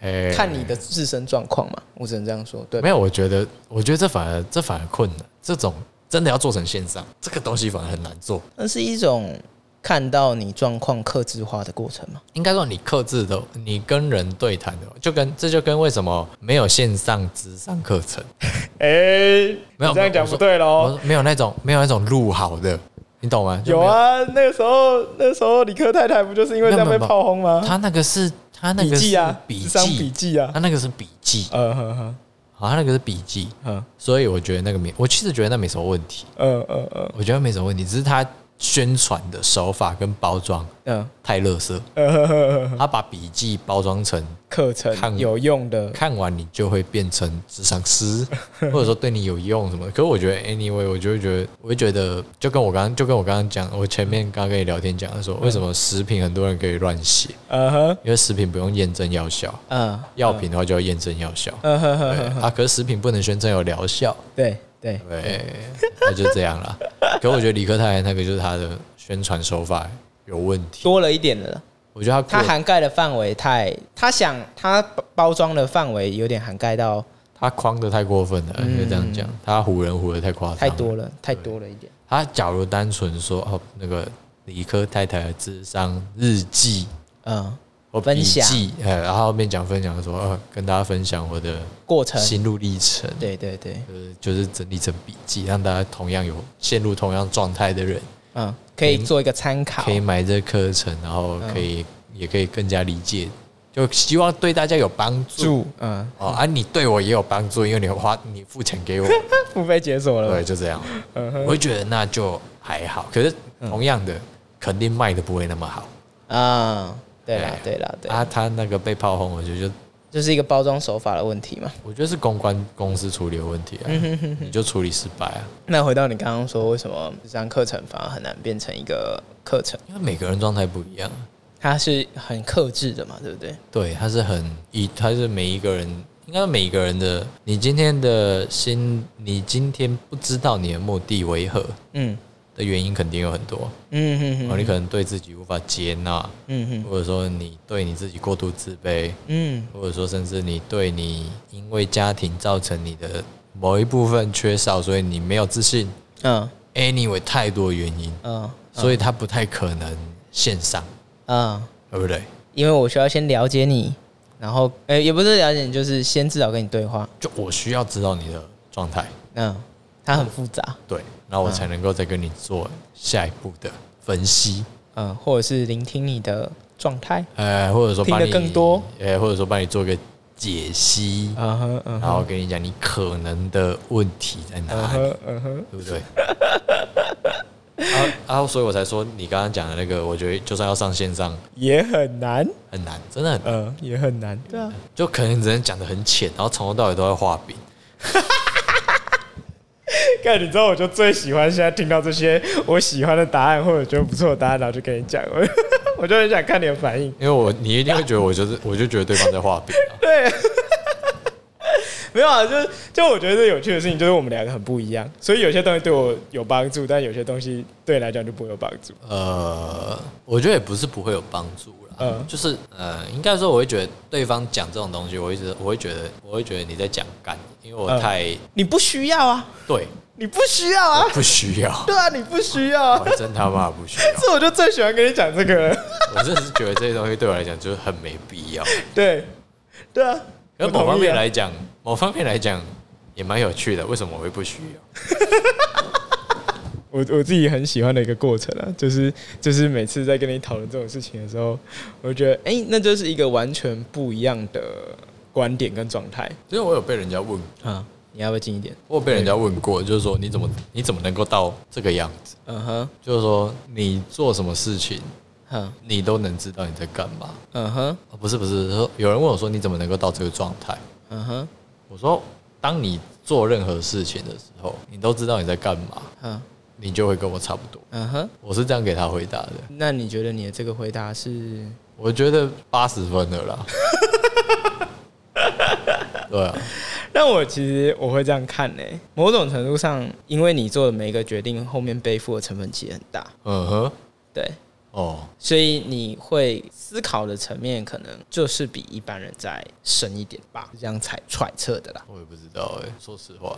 [SPEAKER 1] 哎、
[SPEAKER 2] 看你的自身状况嘛，我只能这样说，对吧
[SPEAKER 1] 没？有，我觉得，我觉得这反而这反而困难。这种真的要做成线上，这个东西反而很难做。
[SPEAKER 2] 那是一种看到你状况克制化的过程嘛。
[SPEAKER 1] 应该说，你克制的，你跟人对谈的，就跟这就跟为什么没有线上智商课程，
[SPEAKER 2] 哎、
[SPEAKER 1] 没有
[SPEAKER 2] 你这样讲不对
[SPEAKER 1] 我
[SPEAKER 2] 喽。
[SPEAKER 1] 说没有那种没有那种录好的，你懂吗？就
[SPEAKER 2] 有
[SPEAKER 1] 没，
[SPEAKER 2] 啊，那个时候，那个时候理科太太不就是因为这样被炮轰吗？
[SPEAKER 1] 他那个是他那
[SPEAKER 2] 笔
[SPEAKER 1] 个
[SPEAKER 2] 记
[SPEAKER 1] 是
[SPEAKER 2] 啊，
[SPEAKER 1] 笔
[SPEAKER 2] 智商笔
[SPEAKER 1] 记，
[SPEAKER 2] 记啊
[SPEAKER 1] 他，那个是笔记，
[SPEAKER 2] 呃呵呵，
[SPEAKER 1] 好，他那个是笔记，
[SPEAKER 2] 嗯
[SPEAKER 1] 所以我觉得那个没，我其实觉得那没什么问题，
[SPEAKER 2] 嗯嗯嗯
[SPEAKER 1] 我觉得没什么问题，只是他宣传的手法跟包装
[SPEAKER 2] 嗯
[SPEAKER 1] 太垃圾。
[SPEAKER 2] 呃呵呵 呵，
[SPEAKER 1] 他把笔记包装成
[SPEAKER 2] 课
[SPEAKER 1] 看
[SPEAKER 2] 程有用的，
[SPEAKER 1] 看完你就会变成智商师， 或者说对你有用什么。可是我觉得，anyway，我就会觉得，我会觉得，就跟我刚刚就跟我刚刚讲，我前面刚刚跟你聊天讲的说，为什么食品很多人可以乱写，
[SPEAKER 2] 呃呵，
[SPEAKER 1] 因为食品不用验证药效，
[SPEAKER 2] 嗯
[SPEAKER 1] 药品的话就要验证药效。
[SPEAKER 2] 呃呵呵
[SPEAKER 1] 对
[SPEAKER 2] 呵，
[SPEAKER 1] 啊，可是食品不能宣称有疗效，
[SPEAKER 2] 对对，
[SPEAKER 1] 对，那就这样啦。可我觉得理科太太那个就是他的宣传手法有问题，
[SPEAKER 2] 多了一点了。
[SPEAKER 1] 我觉得他
[SPEAKER 2] 它
[SPEAKER 1] 过
[SPEAKER 2] 涵盖的范围太，它想它包装的范围有点涵盖到
[SPEAKER 1] 他框的太过分了，应该这样讲，他唬人唬的太夸张，
[SPEAKER 2] 太多了，太多了一点。
[SPEAKER 1] 他假如单纯说哦，那个理科太太的智商日记
[SPEAKER 2] 嗯，
[SPEAKER 1] 我
[SPEAKER 2] 分
[SPEAKER 1] 笔
[SPEAKER 2] 享
[SPEAKER 1] 记，呃，然后后面讲分享说，呃，跟大家分享我的
[SPEAKER 2] 过程，
[SPEAKER 1] 心路历程，
[SPEAKER 2] 对对对，
[SPEAKER 1] 呃，就是整理成笔记，让大家同样有陷入同样状态的人，
[SPEAKER 2] 嗯，可以做一个参考
[SPEAKER 1] 可。以买这课程，然后可
[SPEAKER 2] 嗯
[SPEAKER 1] 以、也可以更加理解，就希望对大家有帮助。
[SPEAKER 2] 住，嗯，
[SPEAKER 1] 哦，啊，你对我也有帮助，因为你花你付钱 给我，
[SPEAKER 2] 付费解锁了
[SPEAKER 1] 对，。就这样。
[SPEAKER 2] 嗯
[SPEAKER 1] 我会觉得那就还好，可是同样的，肯定卖的不会那么好。
[SPEAKER 2] 啊，对啦
[SPEAKER 1] 哎
[SPEAKER 2] 对啦对啦，
[SPEAKER 1] 啊，他那个被炮轰，我觉得就
[SPEAKER 2] 就是一个包装手法的问题嘛。
[SPEAKER 1] 我觉得是公关公司处理的问题
[SPEAKER 2] 嗯
[SPEAKER 1] 啊，你就处理失败啊，
[SPEAKER 2] 那回到你刚刚说，为什么这张课程反而很难变成一个课程？
[SPEAKER 1] 因为每个人状态不一样啊。
[SPEAKER 2] 它是很克制的嘛，对不对？
[SPEAKER 1] 对，他是很以他是每一个人，应该说每一个人的，你今天的心，你今天不知道你的目的为何
[SPEAKER 2] 嗯
[SPEAKER 1] 的原因肯定有很多，
[SPEAKER 2] 嗯嗯
[SPEAKER 1] 然后
[SPEAKER 2] 嗯
[SPEAKER 1] 你可能对自己无法接纳，
[SPEAKER 2] 嗯
[SPEAKER 1] 或者说你对你自己过度自卑，
[SPEAKER 2] 嗯
[SPEAKER 1] 或者说甚至你对你因为家庭造成你的某一部分缺少，所以你没有自信。
[SPEAKER 2] 嗯
[SPEAKER 1] Anyway，太多原因，
[SPEAKER 2] 嗯
[SPEAKER 1] 所以他不太可能线上，
[SPEAKER 2] 嗯，
[SPEAKER 1] 对不对？
[SPEAKER 2] 因为我需要先了解你，然后呃、也不是了解你，就是先至少跟你对话。
[SPEAKER 1] 就我需要知道你的状态，
[SPEAKER 2] 嗯，它很复杂，
[SPEAKER 1] 对，然后我才能够再跟你做下一步的分析，
[SPEAKER 2] 嗯，或者是聆听你的状态。
[SPEAKER 1] 呃，或者说
[SPEAKER 2] 听
[SPEAKER 1] 把
[SPEAKER 2] 得
[SPEAKER 1] 你
[SPEAKER 2] 更多，
[SPEAKER 1] 呃，或者说帮你做个解析，
[SPEAKER 2] 嗯哼嗯
[SPEAKER 1] 然后跟你讲你可能的问题在
[SPEAKER 2] 嗯
[SPEAKER 1] 哪里，
[SPEAKER 2] 哼嗯哼，
[SPEAKER 1] 对不 对？然后，然后，所以我才说你刚刚讲的那个，我觉得就算要上线上
[SPEAKER 2] 也很难，
[SPEAKER 1] 很难，真的很难，
[SPEAKER 2] 嗯，也很难。对啊，
[SPEAKER 1] 就可能只能讲的很浅，然后从头到尾都在画饼。
[SPEAKER 2] 看你知道，我就最喜欢现在听到这些我喜欢的答案或者觉得不错的答案，然后就跟你讲，我 我就很想看你的反应。
[SPEAKER 1] 因为我你一定会觉得，我 就是我就觉得对方在画饼啊。
[SPEAKER 2] 对，没有啊，就是就我觉得最有趣的事情就是我们两个很不一样，所以有些东西对我有帮助，但有些东西对你来讲就不会有帮助。
[SPEAKER 1] 呃，我觉得也不是不会有帮助啦，
[SPEAKER 2] 嗯
[SPEAKER 1] 就是呃，应该说我会觉得对方讲这种东西，我一直我会觉得我会觉得你在讲干，因为我
[SPEAKER 2] 嗯
[SPEAKER 1] 太、
[SPEAKER 2] 你不需要啊，
[SPEAKER 1] 对，
[SPEAKER 2] 你不需要啊
[SPEAKER 1] 我，不需要，
[SPEAKER 2] 对啊，你不需要、啊
[SPEAKER 1] 我。真他妈不需要，
[SPEAKER 2] 这我就最喜欢跟你讲这个了。
[SPEAKER 1] 我真的是觉得这些东西对我来讲就是很没必 要。
[SPEAKER 2] 对，对啊。
[SPEAKER 1] 可
[SPEAKER 2] 我
[SPEAKER 1] 某方
[SPEAKER 2] 同意
[SPEAKER 1] 面
[SPEAKER 2] 啊，
[SPEAKER 1] 来讲，某方面来讲也蛮有趣的，为什么我会不需要？
[SPEAKER 2] 我我自己很喜欢的一个过程啊，就是就是每次在跟你讨论这种事情的时候，我就觉得，哎、那就是一个完全不一样的观点跟状态
[SPEAKER 1] 因为我有被人家问，
[SPEAKER 2] 啊。你要不要近一点？
[SPEAKER 1] 我有被人家问过，就是说你怎么你怎么能够到这个样子？
[SPEAKER 2] 嗯哼，
[SPEAKER 1] 就是说你做什么事情，
[SPEAKER 2] 哼，
[SPEAKER 1] 你都能知道你在干嘛。
[SPEAKER 2] 嗯哼，
[SPEAKER 1] 哦不是不是，说有人问我说你怎么能够到这个状态？
[SPEAKER 2] 嗯哼，
[SPEAKER 1] 我说，当你做任何事情的时候，你都知道你在干嘛，
[SPEAKER 2] 嗯
[SPEAKER 1] 你就会跟我差不多。
[SPEAKER 2] 嗯哼。
[SPEAKER 1] 我是这样给他回答的，
[SPEAKER 2] 那你觉得你的这个回答是？
[SPEAKER 1] 我觉得八十分的啦。 对啊，
[SPEAKER 2] 但我其实我会这样看呢、某种程度上，因为你做的每一个决定，后面背负的成本其实很大。
[SPEAKER 1] 嗯哼，
[SPEAKER 2] 对，
[SPEAKER 1] 哦，
[SPEAKER 2] 所以你会思考的层面，可能就是比一般人再深一点吧，是这样才揣测的啦。
[SPEAKER 1] 我也不知道哎、说实话，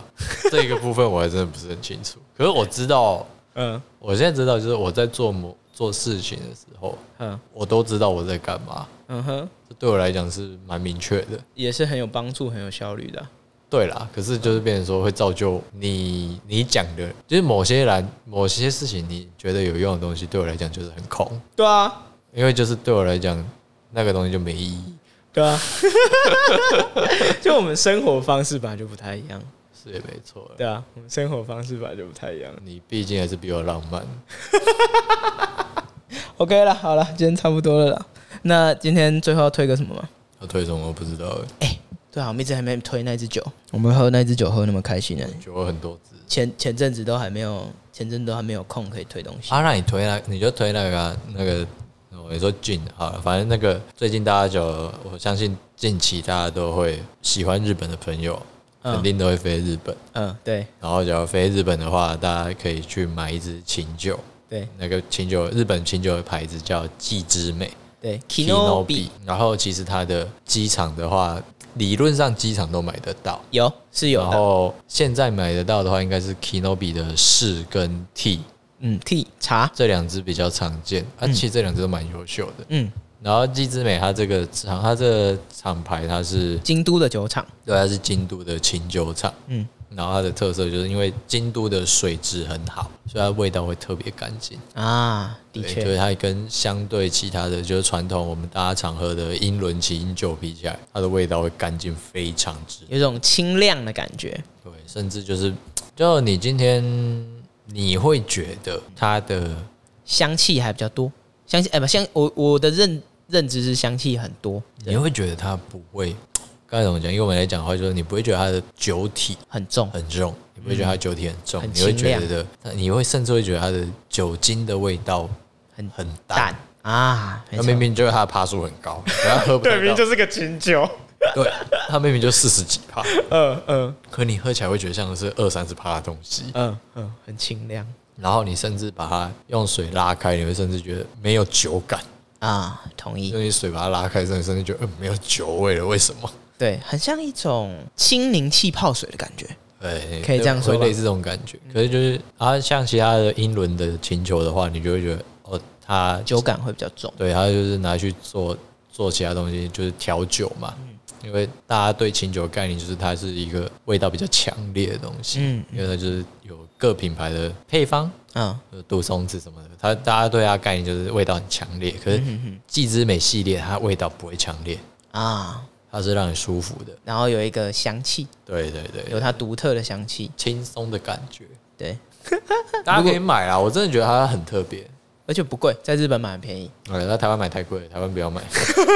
[SPEAKER 1] 这个部分我还真的不是很清楚。可是我知道，
[SPEAKER 2] 嗯
[SPEAKER 1] 我现在知道，就是我在做某做事情的时候，
[SPEAKER 2] 嗯
[SPEAKER 1] 我都知道我在干嘛，
[SPEAKER 2] 嗯哼，
[SPEAKER 1] 这对我来讲是蛮明确的。
[SPEAKER 2] 也是很有帮助、很有效率的啊。
[SPEAKER 1] 对啦，可是就是变成说会造就你你讲的，就是某些人某些事情你觉得有用的东西，对我来讲就是很空，
[SPEAKER 2] 对啊，
[SPEAKER 1] 因为就是对我来讲那个东西就没意义，
[SPEAKER 2] 对 啊，就我们生活方式本来就不太一样。
[SPEAKER 1] 是也没错啦。
[SPEAKER 2] 对啊，我们生活方式本来就不太一样。
[SPEAKER 1] 你毕竟还是比我浪漫，
[SPEAKER 2] OK 了，好了，今天差不多了啦。那今天最后要推个什么吗？
[SPEAKER 1] 要推什么我不知道欸，
[SPEAKER 2] 对啊，我们一直还没推那支酒，我们喝那支酒喝那么开心呢、
[SPEAKER 1] 就我很多字。
[SPEAKER 2] 前前阵子都还没有，前阵子都还没有空可以推东西。
[SPEAKER 1] 啊，那你推那你就推那个啊、那个，我也说近好了，反正那个最近大家就我相信近期大家都会喜欢日本的朋友，
[SPEAKER 2] 嗯
[SPEAKER 1] 肯定都会飞日本。
[SPEAKER 2] 嗯，对
[SPEAKER 1] 然后，假如飞日本的话，大家可以去买一支琴酒，
[SPEAKER 2] 对
[SPEAKER 1] 那个琴酒日本琴酒的牌子叫纪之美
[SPEAKER 2] 对
[SPEAKER 1] Kinobi。然后，其实它的机场的话，理论上机场都买得到。
[SPEAKER 2] 有是有
[SPEAKER 1] 然
[SPEAKER 2] 的，
[SPEAKER 1] 后现在买得到的话，应该是 Kinobi 的试跟 T
[SPEAKER 2] 嗯，T 茶，
[SPEAKER 1] 这两支比较常见，啊，其实这两支都蛮优秀的。
[SPEAKER 2] 嗯，
[SPEAKER 1] 然后纪之美它这个厂，它这个厂牌它是
[SPEAKER 2] 京都的酒厂，
[SPEAKER 1] 对，它是京都的清酒厂，
[SPEAKER 2] 嗯
[SPEAKER 1] 嗯，然后它的特色就是因为京都的水质很好，所以它味道会特别干净。
[SPEAKER 2] 啊，的
[SPEAKER 1] 对，就
[SPEAKER 2] 确，
[SPEAKER 1] 是它跟相对其他的就是传统我们大家常喝的英伦起因酒比起来，它的味道会干净非常之
[SPEAKER 2] 有种清亮的感觉，
[SPEAKER 1] 对，甚至就是就你今天你会觉得它的
[SPEAKER 2] 香气还比较多，香气哎不香，我我的认认知是香气很多，
[SPEAKER 1] 你会觉得它不会。刚才怎么讲？因为我们来讲的话，就是你不会觉得它的酒体
[SPEAKER 2] 很重，
[SPEAKER 1] 很重，你不会觉得它酒体很重，
[SPEAKER 2] 嗯很
[SPEAKER 1] 你会
[SPEAKER 2] 清
[SPEAKER 1] 觉
[SPEAKER 2] 亮
[SPEAKER 1] 得，你会甚至会觉得它的酒精的味道
[SPEAKER 2] 很
[SPEAKER 1] 很淡，
[SPEAKER 2] 淡啊，没
[SPEAKER 1] 那
[SPEAKER 2] 错
[SPEAKER 1] 明明就是它的趴数很 高，可它喝不太到，
[SPEAKER 2] 是个清酒，
[SPEAKER 1] 对，它明明就四十几趴，
[SPEAKER 2] 嗯嗯
[SPEAKER 1] 可你喝起来会觉得像是二三十趴的东西，
[SPEAKER 2] 嗯嗯，很清亮
[SPEAKER 1] 然后你甚至把它用水拉开，你会甚至觉得没有酒感，
[SPEAKER 2] 啊，同意
[SPEAKER 1] 用，你水把它拉开，甚至甚至觉得嗯没有酒味了，为什么？
[SPEAKER 2] 对，很像一种清凝气泡水的感觉，
[SPEAKER 1] 对，
[SPEAKER 2] 可以这样说吧
[SPEAKER 1] 会类似这种感觉。可是就是啊，像其他的英伦的琴球的话，你就会觉得哦，它
[SPEAKER 2] 酒感会比较重，
[SPEAKER 1] 对，它就是拿去做做其他东西，就是调酒嘛。
[SPEAKER 2] 嗯
[SPEAKER 1] 因为大家对清酒的概念就是它是一个味道比较强烈的东西，
[SPEAKER 2] 嗯
[SPEAKER 1] 因为它就是有各品牌的配方，
[SPEAKER 2] 啊，
[SPEAKER 1] 呃杜松子什么的，它大家对它的概念就是味道很强烈。可是
[SPEAKER 2] 嗯
[SPEAKER 1] 季之美系列它味道不会强烈，
[SPEAKER 2] 啊，
[SPEAKER 1] 它是让你舒服的，
[SPEAKER 2] 然后有一个香气，
[SPEAKER 1] 对对对，
[SPEAKER 2] 有它独特的香气，
[SPEAKER 1] 轻松的感觉。
[SPEAKER 2] 对，
[SPEAKER 1] 大家可以买啦，我真的觉得它很特别。
[SPEAKER 2] 而且不贵，在日本买很便宜，
[SPEAKER 1] 哎，那台湾买太贵了，台湾不要买，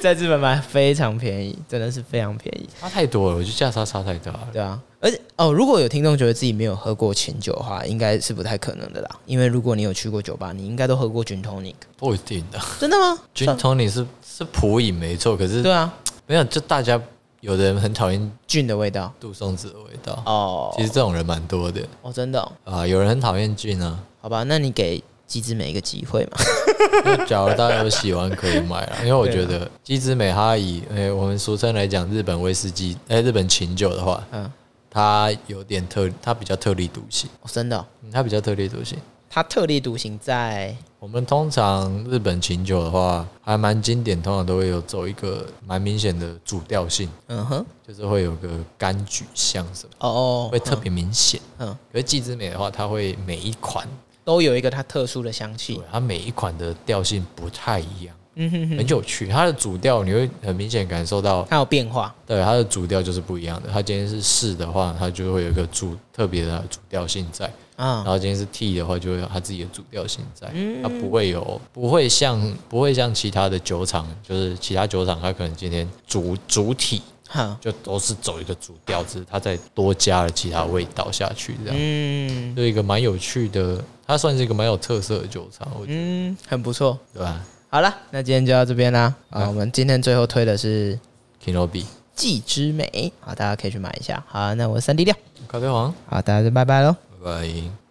[SPEAKER 2] 在日本买非常便宜，真的是非常便宜，
[SPEAKER 1] 差太多了，我觉得价差差太大了。
[SPEAKER 2] 对啊。而且哦，如果有听众觉得自己没有喝过清酒的话，应该是不太可能的啦。因为如果你有去过酒吧，你应该都喝过 gin tonic，
[SPEAKER 1] 不一定的
[SPEAKER 2] 真的吗？
[SPEAKER 1] ，gin tonic 是是普饮没错，可是
[SPEAKER 2] 对啊，
[SPEAKER 1] 没有，就大家有的人很讨厌
[SPEAKER 2] gin 的味道
[SPEAKER 1] 杜松子的味道，
[SPEAKER 2] 哦
[SPEAKER 1] 其实这种人蛮多的
[SPEAKER 2] 哦，真的、哦，
[SPEAKER 1] 啊。有人很讨厌 gin 啊，
[SPEAKER 2] 好吧，那你给鸡之美一个机会嘛？
[SPEAKER 1] 就假如大家有喜欢可以买啊啦，因为我
[SPEAKER 2] 啊
[SPEAKER 1] 觉得鸡之美它以诶、我们俗称来讲日本威士忌诶、日本琴酒的话，
[SPEAKER 2] 嗯，
[SPEAKER 1] 它有点特，它比较特立独行，
[SPEAKER 2] 哦、真的哦、
[SPEAKER 1] 嗯它比较特立独行。
[SPEAKER 2] 它特立独行在
[SPEAKER 1] 我们通常日本琴酒的话，还蛮经典，通常都会有走一个蛮明显的主调性，
[SPEAKER 2] 嗯哼
[SPEAKER 1] 就是会有个柑橘香什么，
[SPEAKER 2] 哦哦，
[SPEAKER 1] 会特别明显。
[SPEAKER 2] 嗯嗯
[SPEAKER 1] 可是季之美的话，它会每一款，
[SPEAKER 2] 都有一个它特殊的香
[SPEAKER 1] 对
[SPEAKER 2] 气，
[SPEAKER 1] 它每一款的调性不太一样，
[SPEAKER 2] 嗯哼哼，
[SPEAKER 1] 很有趣。它的主调你会很明显感受到，
[SPEAKER 2] 它有变化，
[SPEAKER 1] 对它的主调就是不一样的。它今天是四的话，它就会有一个主特别的主调性在；
[SPEAKER 2] 啊
[SPEAKER 1] 然、后今天是 T 的话，就会有它自己的主调性在。
[SPEAKER 2] 嗯
[SPEAKER 1] 它不会有，不会像不会像其他的酒厂，就是其他酒厂，它可能今天主主体
[SPEAKER 2] 好，
[SPEAKER 1] 就都是走一个主调，只是它再多加了其他味道下去这样。
[SPEAKER 2] 嗯
[SPEAKER 1] 就一个蛮有趣的，它算是一个蛮有特色的酒厂，我觉得，啊
[SPEAKER 2] 嗯，很不错。
[SPEAKER 1] 对吧
[SPEAKER 2] 好了，那今天就到这边啦。啊，
[SPEAKER 1] 嗯
[SPEAKER 2] 我们今天最后推的是
[SPEAKER 1] ？Kinobi
[SPEAKER 2] 季之美，好，大家可以去买一下。好，那我三 D 料，
[SPEAKER 1] 咖啡黄，
[SPEAKER 2] 好，大家就拜拜喽。
[SPEAKER 1] 拜拜。